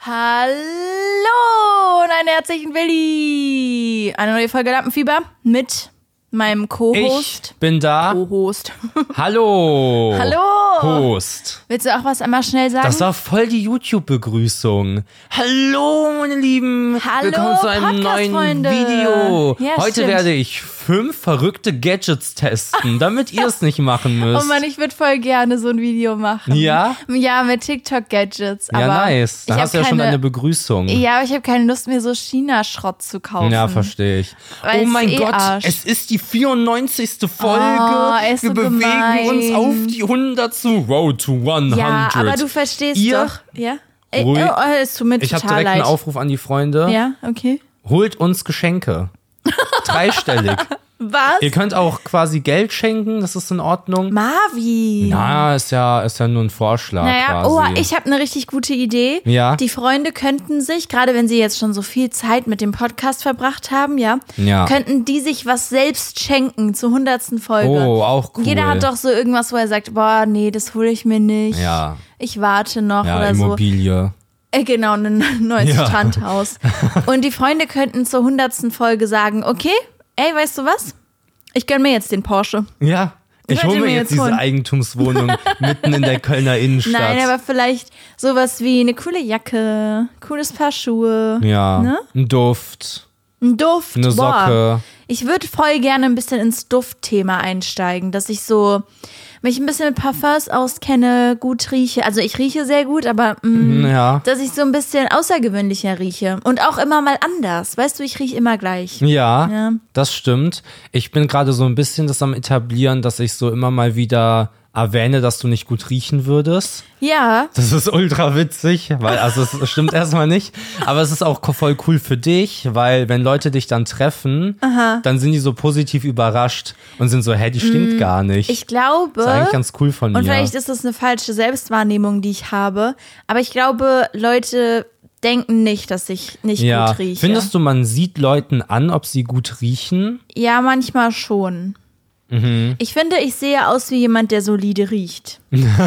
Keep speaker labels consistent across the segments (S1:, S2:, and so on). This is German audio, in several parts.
S1: Hallo und einen herzlichen Willi. Eine neue Folge Lampenfieber mit meinem
S2: Ich
S1: Co-Host.
S2: bin da.
S1: Co-Host.
S2: Hallo.
S1: Hallo.
S2: Host.
S1: Willst du auch was einmal schnell sagen?
S2: Das war voll die YouTube-Begrüßung. Hallo, meine Lieben.
S1: Hallo,
S2: Willkommen zu einem neuen
S1: Podcast-Freunde.
S2: Video.
S1: Ja,
S2: Heute
S1: stimmt.
S2: werde ich fünf verrückte Gadgets testen, damit ihr es nicht machen
S1: oh
S2: müsst.
S1: Mann, ich würde voll gerne so ein Video machen.
S2: Ja?
S1: Ja, mit TikTok-Gadgets.
S2: ja,
S1: aber
S2: nice. Da
S1: ich
S2: hast du
S1: hab
S2: ja schon
S1: keine-
S2: deine Begrüßung.
S1: Ja, aber ich habe keine Lust, mir so China-Schrott zu kaufen.
S2: Ja, verstehe ich.
S1: Weil
S2: oh
S1: es
S2: mein
S1: eh
S2: Gott,
S1: Arsch.
S2: es ist die 94.
S1: Oh,
S2: Folge.
S1: er
S2: Wir
S1: ist so
S2: bewegen
S1: gemein.
S2: uns auf die 100 zu. Road to 100.
S1: Ja, aber du verstehst
S2: Ihr-
S1: doch. Ja? Ey,
S2: Ruhig.
S1: oh, oh, es tut mir
S2: ich habe
S1: total
S2: direkt
S1: leid.
S2: einen Aufruf an die Freunde.
S1: ja, okay.
S2: Holt uns Geschenke. Dreistellig.
S1: Was?
S2: Ihr könnt auch quasi Geld schenken, das ist in Ordnung.
S1: Marvin.
S2: Na, ist ja, ist ja nur ein Vorschlag
S1: Naja,
S2: Ah, quasi.
S1: oh, ich habe eine richtig gute Idee.
S2: Ja.
S1: Die Freunde könnten sich, gerade wenn sie jetzt schon so viel Zeit mit dem Podcast verbracht haben, ja,
S2: Ja.
S1: könnten die sich was selbst schenken zur hundertsten Folge.
S2: Oh, auch cool.
S1: Jeder hat doch so irgendwas, wo er sagt, boah, nee, das hole ich mir nicht.
S2: Ja.
S1: Ich warte noch
S2: ja,
S1: oder so.
S2: Immobilie.
S1: Äh, genau, ein neues
S2: Ja.
S1: Strandhaus. Und die Freunde könnten zur hundertsten Folge sagen, okay, ey, weißt du was? Ich gönn mir jetzt den Porsche.
S2: Ja. Ich
S1: Könnt ihr
S2: hole mir
S1: mir
S2: jetzt,
S1: jetzt
S2: diese
S1: holen?
S2: Eigentumswohnung mitten in der Kölner Innenstadt.
S1: Nein, aber vielleicht sowas wie eine coole Jacke, cooles Paar Schuhe,
S2: ja,
S1: ne?
S2: ein Duft,
S1: ein Duft.
S2: eine
S1: Boah.
S2: Socke.
S1: Ich würde voll gerne ein bisschen ins Duftthema einsteigen, dass ich so mich ein bisschen mit Parfums auskenne, gut rieche. Also ich rieche sehr gut, aber
S2: Mhm.
S1: mh,
S2: Ja.
S1: dass ich so ein bisschen außergewöhnlicher rieche und auch immer mal anders. Weißt du, ich rieche immer gleich.
S2: Ja,
S1: Ja.
S2: das stimmt. Ich bin gerade so ein bisschen das am etablieren, dass ich so immer mal wieder erwähne, dass du nicht gut riechen würdest.
S1: Ja,
S2: Das ist ultra witzig, weil also es stimmt erstmal nicht, aber es ist auch ko- voll cool für dich, weil wenn Leute dich dann treffen, dann sind die so positiv überrascht und sind so, hä, die stinkt gar nicht.
S1: Mhm. ich glaube.
S2: das ist eigentlich ganz cool von
S1: Und
S2: mir.
S1: vielleicht ist das eine falsche Selbstwahrnehmung, die ich habe. Aber ich glaube, Leute denken nicht, dass ich nicht
S2: ja.
S1: gut rieche.
S2: Findest du, man sieht Leuten an, ob sie gut riechen?
S1: Ja, manchmal schon.
S2: Mhm.
S1: Ich finde, ich sehe aus wie jemand, der solide riecht.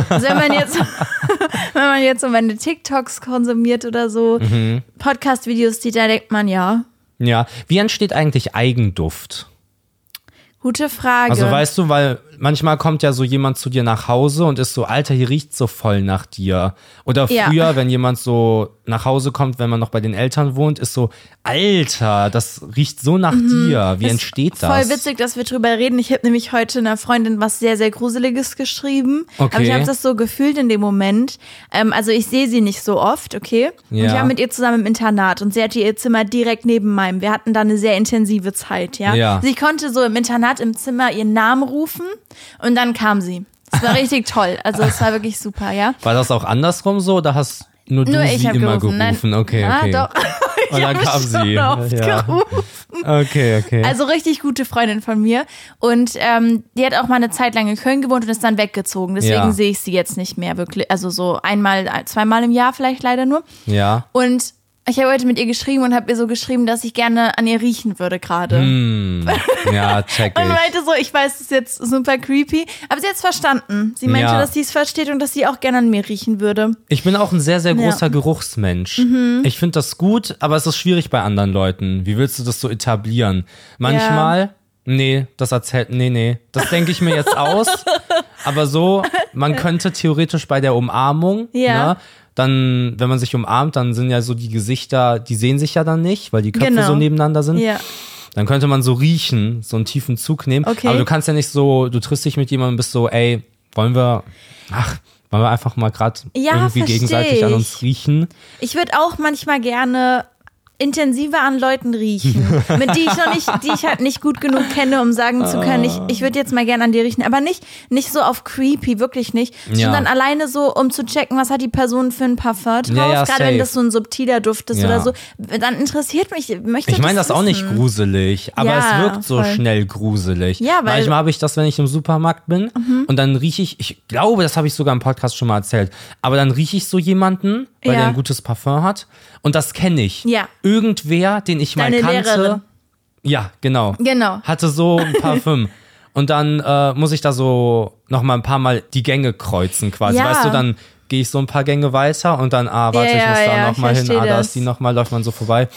S1: Also wenn man jetzt, wenn man jetzt so meine TikToks konsumiert oder so,
S2: Mhm.
S1: Podcast-Videos sieht, da denkt man, ja,
S2: Ja. Wie entsteht eigentlich Eigenduft?
S1: gute Frage.
S2: Also weißt du, weil manchmal kommt ja so jemand zu dir nach Hause und ist so, Alter, hier riecht so voll nach dir. Oder
S1: Ja.
S2: früher, wenn jemand so nach Hause kommt, wenn man noch bei den Eltern wohnt, ist so, Alter, das riecht so nach dir. Wie entsteht das?
S1: Mhm. Voll witzig, dass wir drüber reden. Ich habe nämlich heute einer Freundin was sehr, sehr Gruseliges geschrieben.
S2: Okay.
S1: Aber ich habe das so gefühlt in dem Moment. Ähm, also ich sehe sie nicht so oft, okay? Und
S2: Ja.
S1: ich war mit ihr zusammen im Internat und sie hatte ihr Zimmer direkt neben meinem. Wir hatten da eine sehr intensive Zeit, ja?
S2: Ja.
S1: Sie konnte so im Internat im Zimmer ihren Namen rufen und dann kam sie. Es war richtig toll. Also es war wirklich super, ja?
S2: War das auch andersrum so oder hast nur du
S1: Nur
S2: sie
S1: ich habe
S2: immer
S1: gerufen.
S2: gerufen?
S1: Nein.
S2: Okay, okay.
S1: Ah, doch. Ich
S2: Und dann
S1: hab
S2: kam
S1: schon
S2: sie.
S1: Oft
S2: Ja.
S1: gerufen.
S2: Okay, okay.
S1: Also richtig gute Freundin von mir. Und ähm, die hat auch mal eine Zeit lang in Köln gewohnt und ist dann weggezogen. Deswegen
S2: Ja.
S1: sehe ich sie jetzt nicht mehr wirklich. Also so einmal, zweimal im Jahr vielleicht leider nur.
S2: ja.
S1: Und ich habe heute mit ihr geschrieben und habe ihr so geschrieben, dass ich gerne an ihr riechen würde gerade.
S2: Ja, check
S1: Und
S2: Hm, ich.
S1: meinte so, ich weiß, das ist jetzt super creepy. Aber sie hat es verstanden. Sie meinte,
S2: Ja.
S1: dass sie es versteht und dass sie auch gerne an mir riechen würde.
S2: Ich bin auch ein sehr, sehr großer Geruchsmensch.
S1: Mhm.
S2: Ich finde das gut, aber es ist schwierig bei anderen Leuten. Wie willst du das so etablieren? Manchmal, nee, das erzählt, nee, nee, das denke ich mir jetzt aus. Aber so, man könnte theoretisch bei der Umarmung,
S1: Ja.
S2: ne, dann, wenn man sich umarmt, dann sind ja so die Gesichter, die sehen sich ja dann nicht, weil die Köpfe
S1: Genau.
S2: so nebeneinander sind.
S1: Ja.
S2: Dann könnte man so riechen, so einen tiefen Zug nehmen.
S1: Okay.
S2: Aber du kannst ja nicht so, du triffst dich mit jemandem und bist so, ey, wollen wir, ach, wollen wir einfach mal gerade
S1: Ja,
S2: irgendwie
S1: versteh
S2: gegenseitig an uns
S1: ich.
S2: riechen?
S1: Ich würde auch manchmal gerne intensiver an Leuten riechen, mit die ich noch nicht, die ich halt nicht gut genug kenne, um sagen zu können,
S2: Ah.
S1: ich, ich würde jetzt mal gern an die riechen, aber nicht, nicht so auf creepy, wirklich nicht,
S2: Ja.
S1: sondern alleine so, um zu checken, was hat die Person für ein Parfum drauf,
S2: Ja, ja,
S1: gerade wenn
S2: safe.
S1: das so ein subtiler Duft ist
S2: Ja.
S1: oder so, dann interessiert mich, möchte
S2: Ich meine das auch nicht
S1: wissen.
S2: gruselig, aber
S1: Ja,
S2: es wirkt so
S1: voll.
S2: schnell gruselig.
S1: Ja, weil- Mhm.
S2: Manchmal habe ich das, wenn ich im Supermarkt bin und dann rieche ich, ich glaube, das habe ich sogar im Podcast schon mal erzählt, aber dann rieche ich so jemanden, weil
S1: Ja.
S2: der ein gutes Parfum hat und das kenne ich.
S1: Ja.
S2: Irgendwer, den ich mal
S1: Deine
S2: kannte.
S1: Lehrerin.
S2: Ja, genau.
S1: Genau.
S2: Hatte so ein Parfüm. und dann äh, muss ich da so noch mal ein paar Mal die Gänge kreuzen quasi.
S1: Ja.
S2: Weißt du, dann gehe ich so ein paar Gänge weiter und dann, ah, warte,
S1: Ja,
S2: ich muss
S1: ja,
S2: da
S1: ja,
S2: noch
S1: ich
S2: mal hin,
S1: verstehe
S2: ah, da
S1: das.
S2: ist die noch mal, läuft man so vorbei.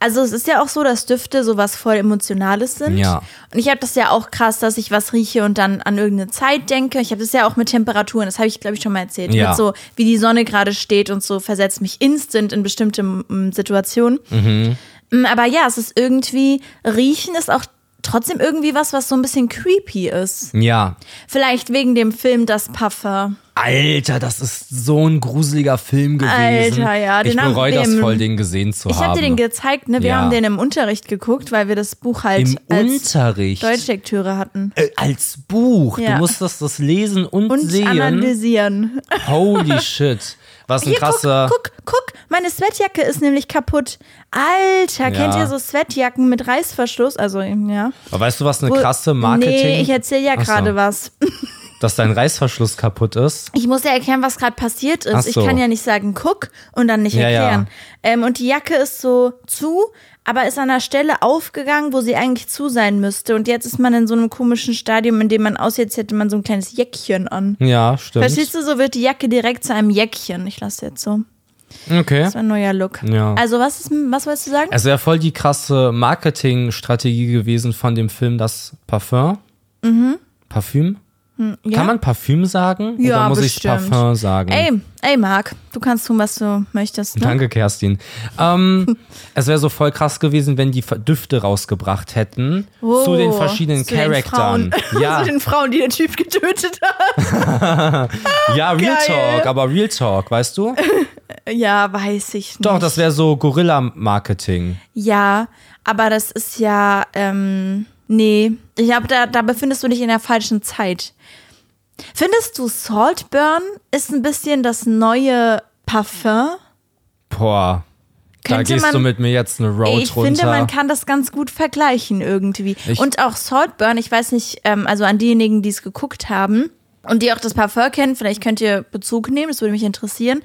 S1: Also es ist ja auch so, dass Düfte sowas voll Emotionales sind.
S2: Ja.
S1: Und ich habe das ja auch krass, dass ich was rieche und dann an irgendeine Zeit denke. Ich habe das ja auch mit Temperaturen, das habe ich, glaube ich, schon mal erzählt.
S2: Ja.
S1: Mit so, wie die Sonne gerade steht und so versetzt mich instant in bestimmte mm, Situationen.
S2: Mhm.
S1: Mm, Aber ja, es ist irgendwie, riechen ist auch trotzdem irgendwie was, was so ein bisschen creepy ist.
S2: Ja,
S1: Vielleicht wegen dem Film Das Puffer.
S2: Alter, das ist so ein gruseliger Film gewesen.
S1: Alter, ja,
S2: Ich
S1: den haben-
S2: bereue das
S1: dem-
S2: voll, den gesehen zu
S1: Ich
S2: haben.
S1: habe dir den gezeigt, ne? Wir
S2: Ja.
S1: haben den im Unterricht geguckt, weil wir das Buch halt
S2: Im
S1: als
S2: Unterricht.
S1: Deutschlektüre hatten.
S2: Äh, als Buch.
S1: Ja.
S2: Du musstest das lesen und,
S1: und
S2: sehen.
S1: analysieren.
S2: Holy shit. Was ein
S1: Hier,
S2: krasser.
S1: guck, guck, guck, meine Sweatjacke ist nämlich kaputt. Alter, kennt
S2: Ja.
S1: ihr so Sweatjacken mit Reißverschluss? Also, ja.
S2: Aber weißt du, was eine
S1: Wo-
S2: krasse Marketing?
S1: Nee, ich erzähle ja
S2: Ach so.
S1: gerade was.
S2: Dass dein Reißverschluss kaputt ist.
S1: Ich muss ja erklären, was gerade passiert
S2: Ach
S1: ist.
S2: so.
S1: Ich kann ja nicht sagen, guck und dann nicht
S2: Ja, ja.
S1: erklären. Ähm, und die Jacke ist so zu, aber ist an der Stelle aufgegangen, wo sie eigentlich zu sein müsste. Und jetzt ist man in so einem komischen Stadium, in dem man aussieht, als hätte man so ein kleines Jäckchen an.
S2: Ja, stimmt.
S1: Verstehst du, so wird die Jacke direkt zu einem Jäckchen. Ich lasse jetzt so.
S2: Okay.
S1: Das war ein neuer Look.
S2: Ja. Also,
S1: Also, was, ist, was wolltest du sagen?
S2: Es wäre voll die krasse Marketingstrategie gewesen von dem Film Das Parfum. Parfüm?
S1: Mhm. ja.
S2: Kann man Parfüm sagen?
S1: Ja,
S2: Oder muss ich
S1: bestimmt.
S2: Parfum sagen?
S1: Ey, ey, Marc, du kannst tun, was du möchtest. Ne?
S2: Danke, Kerstin. Ähm, es wäre so voll krass gewesen, wenn die Ver- Düfte rausgebracht hätten
S1: Oh,
S2: zu den verschiedenen
S1: zu den
S2: Charaktern.
S1: Frauen.
S2: ja,
S1: zu den Frauen, die der Typ getötet hat.
S2: ja, Real
S1: Geil.
S2: Talk, aber Real Talk, weißt du?
S1: Ja, weiß ich nicht.
S2: Doch, das wäre so Gorilla-Marketing.
S1: Ja, aber das ist ja, ähm, nee. Ich glaube, da, da befindest du dich in der falschen Zeit. Findest du Saltburn ist ein bisschen das neue Parfum?
S2: Boah, da
S1: Könnte
S2: gehst
S1: man-
S2: du mit mir jetzt eine Road
S1: Ich
S2: runter.
S1: finde, man kann das ganz gut vergleichen irgendwie.
S2: Ich-
S1: und auch Saltburn, ich weiß nicht, ähm, also an diejenigen, die es geguckt haben und die auch das Parfum kennen, vielleicht könnt ihr Bezug nehmen, das würde mich interessieren.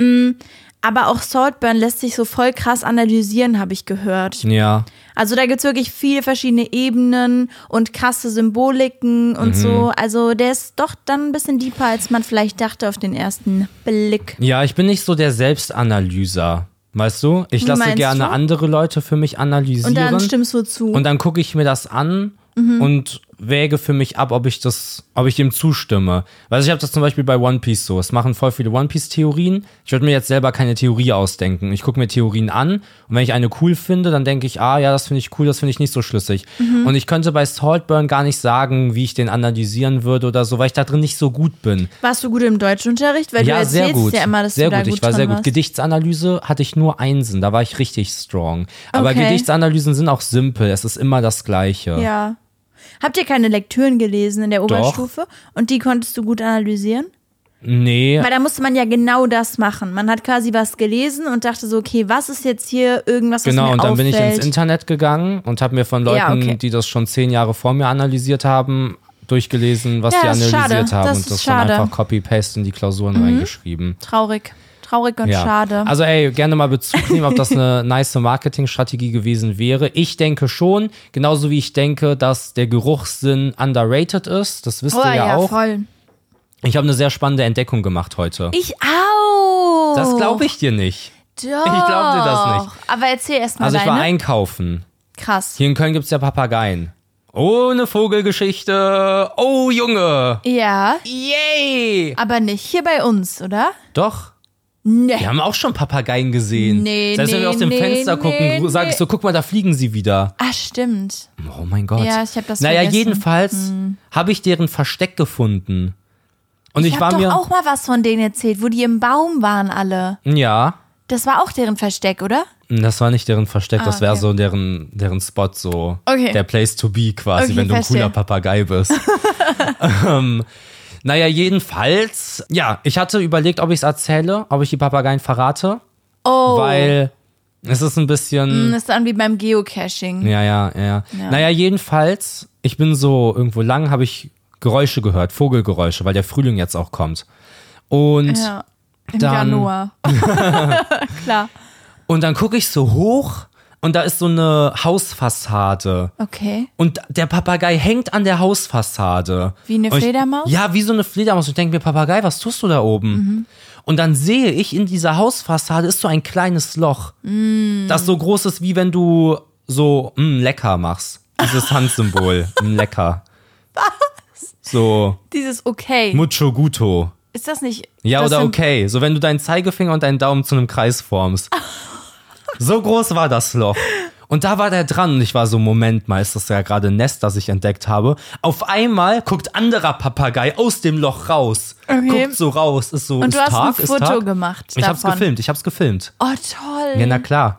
S1: Mm, aber auch Saltburn lässt sich so voll krass analysieren, habe ich gehört.
S2: ja,
S1: Also da gibt's wirklich viele verschiedene Ebenen und krasse Symboliken
S2: Mhm.
S1: und so. Also der ist doch dann ein bisschen deeper, als man vielleicht dachte auf den ersten Blick.
S2: ja, ich bin nicht so der Selbstanalyser. Weißt du? Ich lasse
S1: meinst
S2: gerne
S1: du?
S2: andere Leute für mich analysieren.
S1: Und dann stimmst du zu.
S2: Und dann gucke ich mir das an
S1: Mhm.
S2: und wäge für mich ab, ob ich das, ob ich dem zustimme. Weil ich habe das zum Beispiel bei One Piece so. Es machen voll viele One Piece-Theorien. Ich würde mir jetzt selber keine Theorie ausdenken. Ich gucke mir Theorien an und wenn ich eine cool finde, dann denke ich, ah ja, das finde ich cool, das finde ich nicht so schlüssig.
S1: Mhm.
S2: Und ich könnte bei Saltburn gar nicht sagen, wie ich den analysieren würde oder so, weil ich da drin nicht so gut bin.
S1: Warst du gut im Deutschunterricht? Weil du
S2: ja,
S1: erzählst
S2: sehr gut.
S1: ja immer, dass
S2: sehr
S1: du da
S2: gut.
S1: gut
S2: Ich war sehr
S1: drin
S2: gut.
S1: warst.
S2: Gedichtsanalyse hatte ich nur Einsen, da war ich richtig strong. Aber
S1: Okay.
S2: Gedichtsanalysen sind auch simpel, es ist immer das Gleiche.
S1: Ja. Habt ihr keine Lektüren gelesen in der Oberstufe? Und die konntest du gut analysieren?
S2: Nee,
S1: Weil da musste man ja genau das machen. Man hat quasi was gelesen und dachte so, okay, was ist jetzt hier irgendwas, was
S2: genau.
S1: mir
S2: Und dann bin
S1: auffällt?
S2: ich ins Internet gegangen und habe mir von Leuten,
S1: Ja, okay.
S2: die das schon zehn Jahre vor mir analysiert haben, durchgelesen, was
S1: Ja,
S2: die
S1: das ist
S2: analysiert
S1: schade.
S2: haben
S1: Das
S2: und das
S1: ist
S2: dann
S1: schade.
S2: einfach Copy-Paste in die Klausuren reingeschrieben.
S1: Traurig. Traurig und
S2: Ja.
S1: schade.
S2: Also ey, gerne mal Bezug nehmen, ob das eine nice Marketingstrategie gewesen wäre. Ich denke schon, genauso wie ich denke, dass der Geruchssinn underrated ist. Das wisst
S1: oh
S2: ihr ja,
S1: ja,
S2: auch.
S1: voll.
S2: Ich habe eine sehr spannende Entdeckung gemacht heute.
S1: Ich auch.
S2: das glaube ich dir nicht.
S1: Doch. Ich
S2: glaub dir das nicht.
S1: Aber erzähl erst mal ne?
S2: Also ich war
S1: deine.
S2: einkaufen.
S1: Krass.
S2: Hier in Köln gibt's ja Papageien. Ohne Vogelgeschichte. Oh, Junge.
S1: Ja,
S2: Yay.
S1: aber nicht hier bei uns, oder?
S2: Doch.
S1: Nee.
S2: Wir haben auch schon Papageien gesehen.
S1: Nee,
S2: Selbst wenn
S1: nee,
S2: wir aus dem
S1: nee,
S2: Fenster gucken,
S1: nee,
S2: sag ich so, guck mal, da fliegen sie wieder.
S1: Ah, stimmt.
S2: Oh mein Gott.
S1: Ja, ich hab das
S2: Naja,
S1: vergessen. Hm.
S2: jedenfalls habe ich deren Versteck gefunden. Und
S1: Ich,
S2: ich,
S1: hab
S2: war
S1: doch
S2: mir.
S1: auch mal was von denen erzählt, wo die im Baum waren alle.
S2: ja.
S1: Das war auch deren Versteck, oder?
S2: Das war nicht deren Versteck, das wäre
S1: Ah, okay.
S2: so deren, deren Spot, so
S1: Okay.
S2: der Place to be quasi,
S1: Okay,
S2: wenn du ein
S1: verstehe.
S2: cooler Papagei bist. ähm, naja, jedenfalls, ja, ich hatte überlegt, ob ich es erzähle, ob ich die Papageien verrate,
S1: Oh,
S2: weil es ist ein bisschen.
S1: das ist dann wie beim Geocaching.
S2: Ja, ja, ja, ja.
S1: Ja.
S2: Naja, jedenfalls, ich bin so irgendwo lang, habe ich Geräusche gehört, Vogelgeräusche, weil der Frühling jetzt auch kommt. Und,
S1: Ja, Im
S2: Dann-
S1: Januar. Klar.
S2: und dann gucke ich so hoch und da ist so eine Hausfassade.
S1: Okay.
S2: Und der Papagei hängt an der Hausfassade.
S1: Wie eine
S2: Und ich,
S1: Fledermaus? Mhm.
S2: Ja, wie so eine Fledermaus. Und ich denke mir, Papagei, was tust du da oben? Und dann sehe ich, in dieser Hausfassade ist so ein kleines Loch,
S1: Mm.
S2: das so groß ist, wie wenn du so mm, lecker machst. Dieses Handsymbol, mm, lecker. Was? So,
S1: Dieses okay.
S2: mucho guto.
S1: Ist das nicht.
S2: Ja,
S1: das
S2: oder
S1: sind-
S2: okay. So, wenn du deinen Zeigefinger und deinen Daumen zu einem Kreis formst. so groß war das Loch. Und da war der dran und ich war so, Moment mal, ist das ja gerade ein Nest, das ich entdeckt habe. Auf einmal guckt anderer Papagei aus dem Loch raus.
S1: Okay.
S2: Guckt so raus, ist so,
S1: Und
S2: ist
S1: du hast
S2: Tag,
S1: ein
S2: ist
S1: Foto
S2: Tag.
S1: gemacht.
S2: Ich hab's
S1: davon.
S2: gefilmt, ich hab's gefilmt.
S1: Oh, toll.
S2: Ja, na klar.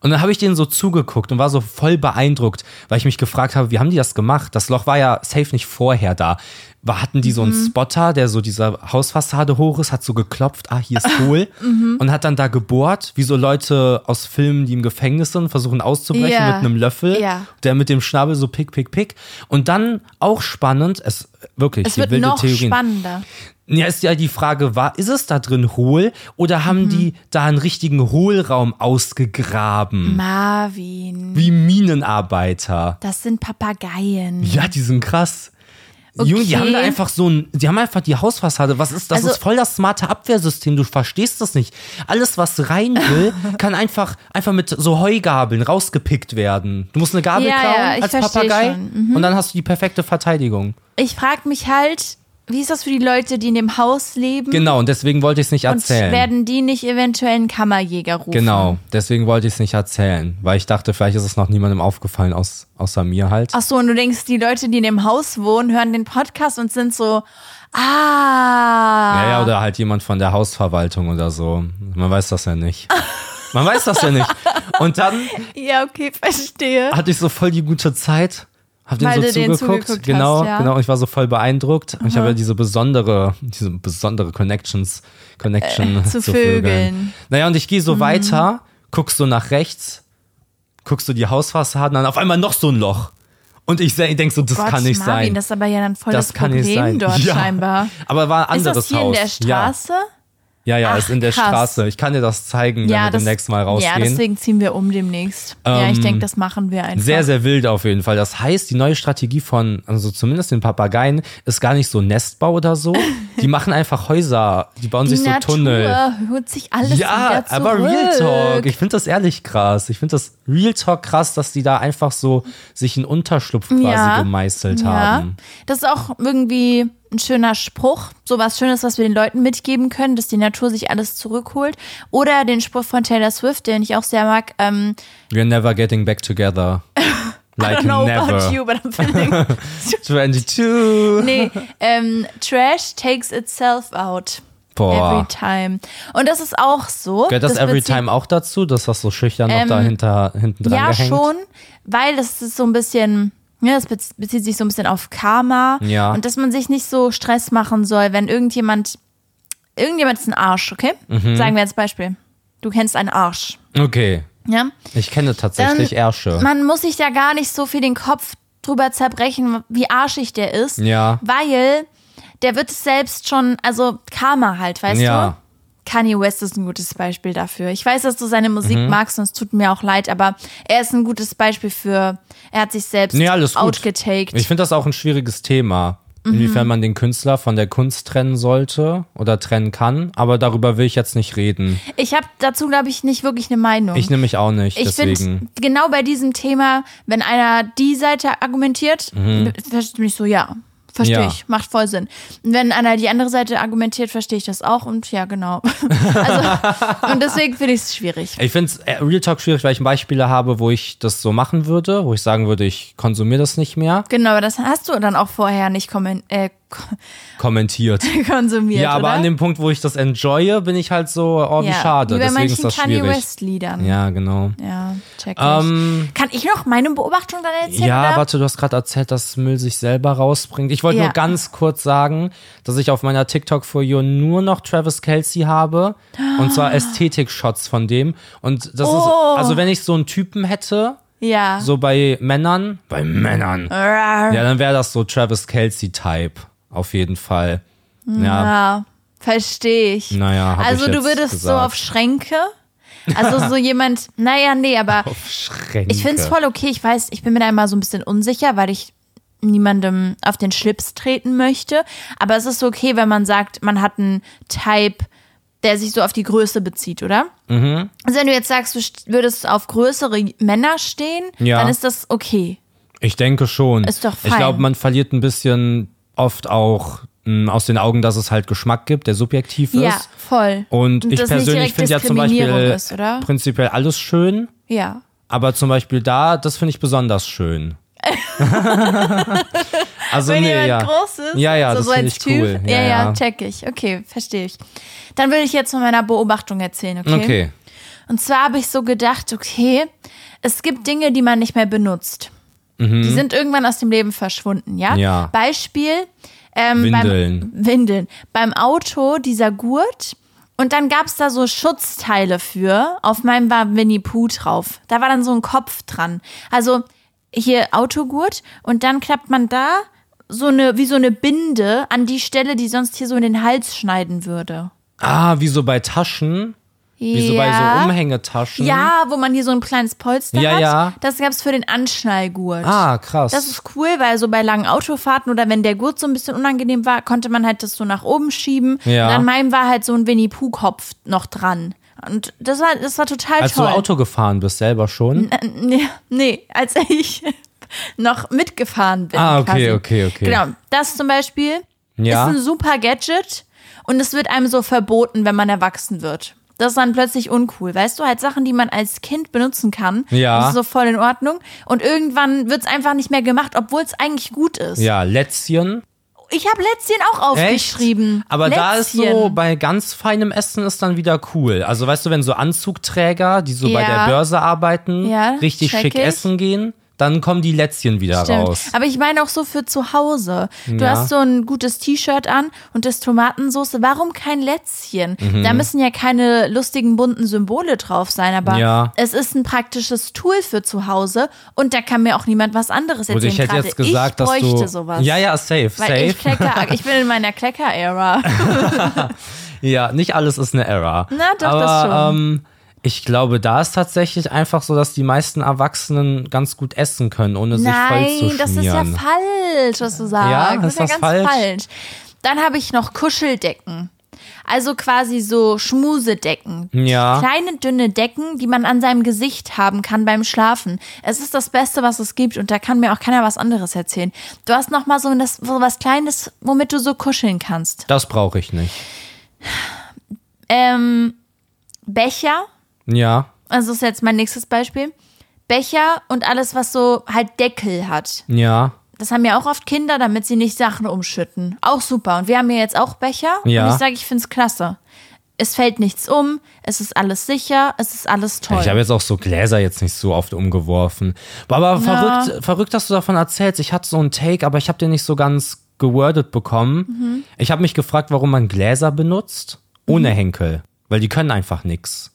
S2: Und dann habe ich denen so zugeguckt und war so voll beeindruckt, weil ich mich gefragt habe, wie haben die das gemacht? Das Loch war ja safe nicht vorher da. War, hatten die so einen
S1: Mhm.
S2: Spotter, der so dieser Hausfassade hoch ist, hat so geklopft, ah, hier ist hohl
S1: Mhm.
S2: und hat dann da gebohrt, wie so Leute aus Filmen, die im Gefängnis sind, versuchen auszubrechen
S1: Ja.
S2: mit einem Löffel,
S1: Ja.
S2: der mit dem Schnabel so pick, pick, pick. Und dann auch spannend, es wirklich,
S1: es
S2: hier
S1: wird
S2: wilde
S1: noch
S2: Theorien.
S1: spannender.
S2: Ja, ist ja die Frage, war, ist es da drin hohl oder haben
S1: Mhm.
S2: die da einen richtigen Hohlraum
S1: Mhm.
S2: ausgegraben?
S1: Marvin,
S2: Wie Minenarbeiter.
S1: das sind Papageien.
S2: Ja, die sind krass. Junge, die
S1: Okay.
S2: haben da einfach so ein, die haben einfach die Hausfassade. Was ist das?
S1: Also-
S2: ist voll das smarte Abwehrsystem. Du verstehst das nicht. Alles, was rein will, kann einfach, einfach mit so Heugabeln rausgepickt werden. Du musst eine Gabel
S1: Ja,
S2: klauen
S1: ja, ich
S2: als
S1: versteh
S2: Papagei
S1: schon. Mhm.
S2: und dann hast du die perfekte Verteidigung.
S1: Ich frage mich halt, wie ist das für die Leute, die in dem Haus leben?
S2: Genau, und deswegen wollte ich es nicht
S1: Und
S2: erzählen.
S1: werden die nicht eventuell einen Kammerjäger rufen?
S2: Genau, deswegen wollte ich es nicht erzählen, weil ich dachte, vielleicht ist es noch niemandem aufgefallen, aus, außer mir halt.
S1: Ach so, und du denkst, die Leute, die in dem Haus wohnen, hören den Podcast und sind so, ah.
S2: Naja, oder halt jemand von der Hausverwaltung oder so. Man weiß das ja nicht. Man weiß das ja nicht. Und dann
S1: Ja, okay, verstehe.
S2: hatte ich so voll die gute Zeit, hab denen
S1: Weil
S2: so
S1: du denen
S2: zugeguckt.
S1: zugeguckt
S2: genau,
S1: hast, ja.
S2: genau. Und ich war so voll beeindruckt. Und ich habe ja diese besondere, diese besondere Connections, Connection
S1: Äh, zu
S2: zu,
S1: Vögeln. Mhm.
S2: Vögeln. Naja, und ich gehe so weiter, guckst so nach rechts, guckst du die Hausfassaden an, auf einmal noch so ein Loch. Und ich denke so, das
S1: Gott,
S2: kann nicht
S1: Marvin,
S2: sein.
S1: das ist aber ja dann voll das,
S2: das kann
S1: Problem
S2: nicht sein.
S1: dort
S2: ja.
S1: scheinbar.
S2: Aber war ein
S1: Ist
S2: anderes
S1: das hier
S2: Haus.
S1: in der Straße?
S2: Ja, ja, ja
S1: Ach,
S2: ist in der
S1: krass.
S2: Straße. Ich kann dir das zeigen, wenn wir
S1: das,
S2: demnächst mal
S1: Ja,
S2: rausgehen. Ähm,
S1: deswegen ziehen wir um demnächst. ja, ich denke, das machen wir einfach.
S2: sehr, sehr wild auf jeden Fall. Das heißt, die neue Strategie von, also zumindest den Papageien, ist gar nicht so Nestbau oder so. Die machen einfach Häuser, die bauen
S1: die
S2: sich so
S1: Natur
S2: Tunnel.
S1: holt sich alles
S2: ja,
S1: wieder zurück.
S2: aber Real Talk. Ich finde das ehrlich krass. Ich finde das Real Talk krass, dass die da einfach so sich einen Unterschlupf quasi
S1: Ja.
S2: gemeißelt
S1: Ja,
S2: haben.
S1: das ist auch irgendwie ein schöner Spruch, so was Schönes, was wir den Leuten mitgeben können, dass die Natur sich alles zurückholt. Oder den Spruch von Taylor Swift, den ich auch sehr mag, ähm,
S2: We're never getting back together. Like
S1: I don't know
S2: never.
S1: about you, but I'm feeling,
S2: 22.
S1: nee, ähm, Trash takes itself out every
S2: Boah.
S1: time. Und das ist auch so.
S2: Gehört das, every
S1: bezieht-
S2: time auch dazu, dass das so schüchtern noch dahinter hinten dran
S1: Ähm, Ja,
S2: gehängt?
S1: schon, weil das ist so ein bisschen, ja, das bez- bezieht sich so ein bisschen auf Karma.
S2: Ja.
S1: Und dass man sich nicht so Stress machen soll, wenn irgendjemand, irgendjemand ist ein Arsch, okay?
S2: Mhm.
S1: Sagen wir als Beispiel. Du kennst einen Arsch,
S2: Okay,
S1: ja?
S2: ich kenne tatsächlich
S1: Dann-
S2: Ärsche.
S1: Man muss sich da gar nicht so viel den Kopf drüber zerbrechen, wie arschig der ist.
S2: Ja.
S1: Weil der wird es selbst schon, also Karma halt, weißt du?
S2: Ja.
S1: Kanye West ist ein gutes Beispiel dafür. Ich weiß, dass du seine Musik
S2: Mhm.
S1: magst und es tut mir auch leid, aber er ist ein gutes Beispiel für, er hat sich selbst
S2: Nee, alles gut.
S1: outgetaked.
S2: Ich finde das auch ein schwieriges Thema,
S1: Mhm.
S2: inwiefern man den Künstler von der Kunst trennen sollte oder trennen kann, aber darüber will ich jetzt nicht reden.
S1: Ich habe dazu, glaube ich, nicht wirklich eine Meinung.
S2: Ich nehme mich auch nicht,
S1: Ich finde,
S2: deswegen.
S1: genau bei diesem Thema, wenn einer die Seite argumentiert, verstehe ich so, ja, verstehe
S2: Mhm. Ja.
S1: ich, macht voll Sinn. Und wenn einer die andere Seite argumentiert, verstehe ich das auch und ja, genau. also, und deswegen finde ich es schwierig.
S2: Ich finde es Real Talk schwierig, weil ich Beispiele habe, wo ich das so machen würde, wo ich sagen würde, ich konsumiere das nicht mehr.
S1: Genau, aber das hast du dann auch vorher nicht kommen, äh,
S2: kommentiert.
S1: konsumiert.
S2: ja, aber
S1: oder?
S2: an dem Punkt, wo ich das enjoye, bin ich halt so, oh, wie
S1: ja.
S2: schade.
S1: Wie bei
S2: Deswegen
S1: manchen
S2: ist das
S1: Kanye
S2: schwierig.
S1: West-Liedern.
S2: Ja, genau.
S1: Ja, check ich.
S2: Ähm,
S1: Kann ich noch meine Beobachtung dann erzählen?
S2: ja,
S1: oder?
S2: warte, du hast gerade erzählt, dass Müll sich selber rausbringt. Ich wollte
S1: Ja.
S2: nur ganz kurz sagen, dass ich auf meiner TikTok for You nur noch Travis Kelsey habe. Und zwar Ästhetik-Shots von dem. Und das
S1: Ah. Oh.
S2: ist, also wenn ich so einen Typen hätte,
S1: Ja.
S2: so bei Männern, bei Männern,
S1: Rar.
S2: ja, dann wäre das so Travis Kelsey-Type. Auf jeden Fall. Ja,
S1: Ja, verstehe ich.
S2: Naja, hab
S1: Also
S2: ich
S1: du
S2: jetzt
S1: würdest so
S2: gesagt.
S1: auf Schränke, also so jemand, naja, nee, aber
S2: Schränke.
S1: ich finde es voll okay. Ich weiß, ich bin mir da immer so ein bisschen unsicher, weil ich niemandem auf den Schlips treten möchte. Aber es ist okay, wenn man sagt, man hat einen Type, der sich so auf die Größe bezieht, oder?
S2: Mhm.
S1: Also wenn du jetzt sagst, du st- würdest auf größere Männer stehen,
S2: Ja.
S1: dann ist das okay.
S2: Ich denke schon.
S1: Ist doch
S2: Ich
S1: fein.
S2: glaube, man verliert ein bisschen oft auch mh, aus den Augen, dass es halt Geschmack gibt, der subjektiv
S1: Ja,
S2: ist.
S1: voll.
S2: Und, ich
S1: das nicht
S2: persönlich
S1: direkt
S2: finde ja zum Beispiel
S1: Diskriminierung ist, oder?
S2: prinzipiell alles schön,
S1: Ja.
S2: aber zum Beispiel da, das finde ich besonders schön. also
S1: Wenn
S2: nee,
S1: jemand
S2: ja.
S1: groß ist,
S2: ja, ja,
S1: so,
S2: das
S1: so
S2: finde
S1: als
S2: ich
S1: Typ.
S2: cool.
S1: Ja, ja, check ich. Okay, verstehe ich. Dann würde ich jetzt von meiner Beobachtung erzählen, okay?
S2: Okay.
S1: Und zwar habe ich so gedacht, okay, es gibt Dinge, die man nicht mehr benutzt. Die sind irgendwann aus dem Leben verschwunden, ja?
S2: Mhm. Ja.
S1: Beispiel ähm,
S2: Windeln.
S1: Beim, Windeln. Beim Auto dieser Gurt. Und dann gab es da so Schutzteile für. Auf meinem war Winnie Pooh drauf. Da war dann so ein Kopf dran. Also hier Autogurt und dann klappt man da so eine, wie so eine Binde an die Stelle, die sonst hier so in den Hals schneiden würde.
S2: Ah, wie so bei Taschen, wie so bei so Umhängetaschen.
S1: Ja, wo man hier so ein kleines Polster
S2: Mhm. Ja,
S1: hat.
S2: ja.
S1: Das gab's für den Anschnallgurt.
S2: Ah, krass.
S1: Das ist cool, weil so bei langen Autofahrten oder wenn der Gurt so ein bisschen unangenehm war, konnte man halt das so nach oben schieben.
S2: Ja.
S1: Und an meinem war halt so ein Winnie-Pooh-Kopf noch dran. Und das war, das war total
S2: Als
S1: toll.
S2: du Auto gefahren bist, selber schon.
S1: Äh, Nee, nee, als ich noch mitgefahren bin.
S2: Ah, okay,
S1: quasi.
S2: okay, okay.
S1: Genau, das zum Beispiel
S2: Ja.
S1: ist ein super Gadget und es wird einem so verboten, wenn man erwachsen wird. Das ist dann plötzlich uncool. Weißt du, halt Sachen, die man als Kind benutzen kann.
S2: Ja.
S1: Das ist so voll in Ordnung. Und irgendwann wird es einfach nicht mehr gemacht, obwohl es eigentlich gut ist.
S2: Ja, Lätzchen.
S1: Ich habe Lätzchen auch aufgeschrieben.
S2: Echt? Aber da ist so,
S1: Lätzchen.
S2: bei ganz feinem Essen ist dann wieder cool. Also weißt du, wenn so Anzugträger, die so bei
S1: Ja.
S2: der Börse arbeiten,
S1: Ja,
S2: richtig
S1: check
S2: schick
S1: ich.
S2: essen gehen, dann kommen die Lätzchen wieder
S1: Stimmt.
S2: raus.
S1: Aber ich meine auch so für zu Hause. Du
S2: Ja.
S1: hast so ein gutes T-Shirt an und das Tomatensoße. Warum kein Lätzchen?
S2: Mhm.
S1: Da müssen ja keine lustigen bunten Symbole drauf sein, aber
S2: Ja.
S1: es ist ein praktisches Tool für zu Hause und da kann mir auch niemand was anderes
S2: Oder
S1: erzählen.
S2: ich hätte
S1: Gerade
S2: jetzt gesagt,
S1: ich
S2: dass
S1: bräuchte
S2: du
S1: sowas.
S2: ja ja safe
S1: Weil
S2: safe
S1: Ich, Klecker, ich bin in meiner Klecker-Ära.
S2: ja nicht alles ist eine Error.
S1: Na, doch, das
S2: Aber,
S1: schon.
S2: Ähm, ich glaube, da ist tatsächlich einfach so, dass die meisten Erwachsenen ganz gut essen können, ohne um sich voll
S1: Nein,
S2: zu
S1: das ist ja
S2: schmieren.
S1: falsch, was du sagst.
S2: Ja,
S1: das ist
S2: ist
S1: ja
S2: das
S1: ganz falsch.
S2: falsch?
S1: Dann habe ich noch Kuscheldecken. Also quasi so Schmusedecken.
S2: Ja.
S1: Kleine, dünne Decken, die man an seinem Gesicht haben kann beim Schlafen. Es ist das Beste, was es gibt und da kann mir auch keiner was anderes erzählen. Du hast noch mal so, das, so was Kleines, womit du so kuscheln kannst.
S2: das brauche ich nicht.
S1: Ähm, Becher,
S2: Ja,
S1: also ist jetzt mein nächstes Beispiel. Becher und alles, was so halt Deckel hat.
S2: ja.
S1: Das haben ja auch oft Kinder, damit sie nicht Sachen umschütten. Auch super. Und wir haben ja jetzt auch Becher.
S2: Ja.
S1: Und ich sage, ich finde es klasse. Es fällt nichts um, es ist alles sicher, es ist alles toll.
S2: Ich habe jetzt auch so Gläser jetzt nicht so oft umgeworfen. Aber verrückt, verrückt, dass du davon erzählst. Ich hatte so einen Take, aber ich habe den nicht so ganz gewordet
S1: Mhm.
S2: bekommen. Ich habe mich gefragt, warum man Gläser benutzt ohne Henkel, weil die können einfach nix.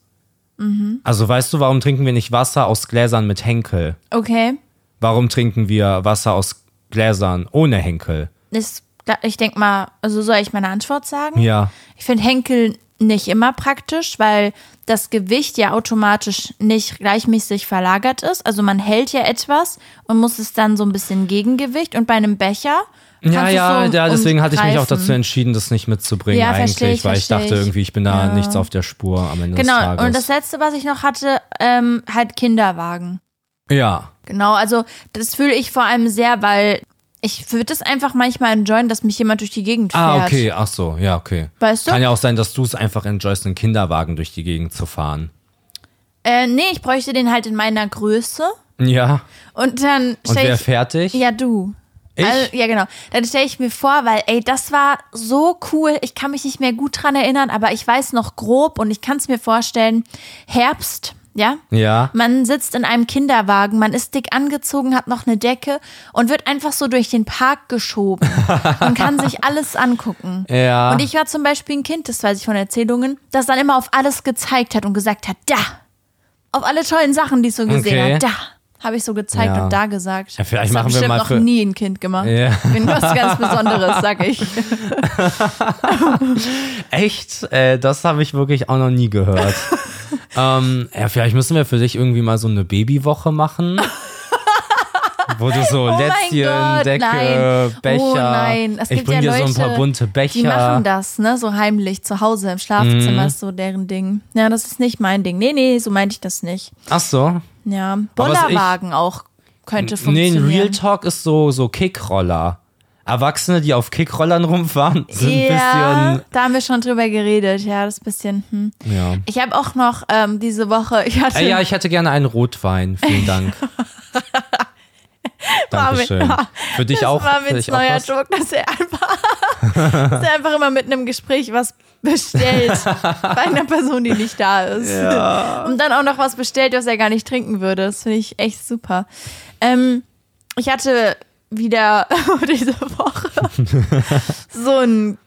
S1: Mhm.
S2: Also weißt du, warum trinken wir nicht Wasser aus Gläsern mit Henkel?
S1: okay.
S2: Warum trinken wir Wasser aus Gläsern ohne Henkel?
S1: Ist, ich denke mal, also soll ich meine Antwort sagen?
S2: Ja.
S1: Ich finde Henkel nicht immer praktisch, weil das Gewicht ja automatisch nicht gleichmäßig verlagert ist. Also man hält ja etwas und muss es dann so ein bisschen Gegengewicht. Und bei einem Becher.
S2: Ja,
S1: kannst du
S2: ja,
S1: es so um-
S2: ja, deswegen hatte ich mich auch
S1: umgreifen.
S2: dazu entschieden, das nicht mitzubringen
S1: Ja,
S2: eigentlich,
S1: verstehe ich,
S2: weil
S1: verstehe
S2: ich dachte
S1: ich.
S2: irgendwie, ich bin da nichts auf der Spur am Ende des
S1: Genau,
S2: Tages.
S1: und das letzte, was ich noch hatte, ähm, halt Kinderwagen.
S2: ja.
S1: Genau, also das fühle ich vor allem sehr, weil ich würde es einfach manchmal enjoyen, dass mich jemand durch die Gegend fährt.
S2: Ah, okay, ach so, ja, okay.
S1: Weißt du?
S2: Kann ja auch sein, dass du es einfach enjoyst, einen Kinderwagen durch die Gegend zu fahren.
S1: Äh, nee, ich bräuchte den halt in meiner Größe.
S2: Ja.
S1: Und dann
S2: Und
S1: stell
S2: wer
S1: ich.
S2: fertig?
S1: Ja, du.
S2: Ich?
S1: Also, ja, genau. Dann stelle ich mir vor, weil, ey, das war so cool. Ich kann mich nicht mehr gut dran erinnern, aber ich weiß noch grob und ich kann es mir vorstellen. Herbst, ja?
S2: Ja.
S1: Man sitzt in einem Kinderwagen, man ist dick angezogen, hat noch eine Decke und wird einfach so durch den Park geschoben. Man kann sich alles angucken.
S2: Ja.
S1: Und ich war zum Beispiel ein Kind, das weiß ich von Erzählungen, das dann immer auf alles gezeigt hat und gesagt hat, da. Auf alle tollen Sachen, die es so gesehen
S2: Okay.
S1: hat, da. Habe ich so gezeigt
S2: Ja.
S1: und da gesagt.
S2: Ja, vielleicht
S1: das hat
S2: machen wir
S1: bestimmt
S2: mal
S1: noch
S2: für-
S1: nie ein Kind gemacht.
S2: Ja.
S1: Ich bin was ganz Besonderes, sag ich.
S2: Echt? Äh, das habe ich wirklich auch noch nie gehört. ähm, ja, vielleicht müssen wir für dich irgendwie mal so eine Babywoche machen. Wo du so
S1: Oh mein
S2: Lätzchen,
S1: Gott,
S2: Decke,
S1: nein.
S2: Becher.
S1: Oh nein, es
S2: ich
S1: gibt
S2: bring
S1: ja
S2: dir so ein paar
S1: Leute,
S2: bunte Becher. Mhm.
S1: Die machen das, ne? So heimlich zu Hause im Schlafzimmer ist so deren Ding. Ja, das ist nicht mein Ding. Nee, nee, so meinte ich das nicht.
S2: Ach so.
S1: Ja,
S2: was ich-
S1: Bollerwagen auch könnte
S2: Nee,
S1: funktionieren.
S2: ein Real Talk ist so, so Kickroller. Erwachsene, die auf Kickrollern rumfahren, sind
S1: ja,
S2: ein bisschen.
S1: da haben wir schon drüber geredet. Ja, das ist ein bisschen. Hm.
S2: Ja.
S1: Ich habe auch noch ähm, diese Woche, ich hatte
S2: Äh, ja, ich hätte gerne einen Rotwein. Vielen Dank. Dankeschön.
S1: Marvin,
S2: Für dich
S1: das
S2: auch.
S1: war
S2: für
S1: Vince
S2: dich auch
S1: neuer
S2: was?
S1: Joke, dass er einfach, dass er einfach immer mit einem Gespräch was bestellt bei einer Person, die nicht da ist. Und dann auch noch was bestellt, was er gar nicht trinken würde. Das finde ich echt super. Ähm, ich hatte wieder diese Woche so einen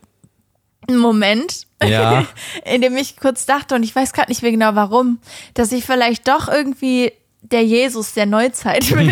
S1: Moment,
S2: Ja.
S1: in dem ich kurz dachte, und ich weiß gerade nicht mehr genau warum, dass ich vielleicht doch irgendwie der Jesus der Neuzeit bin.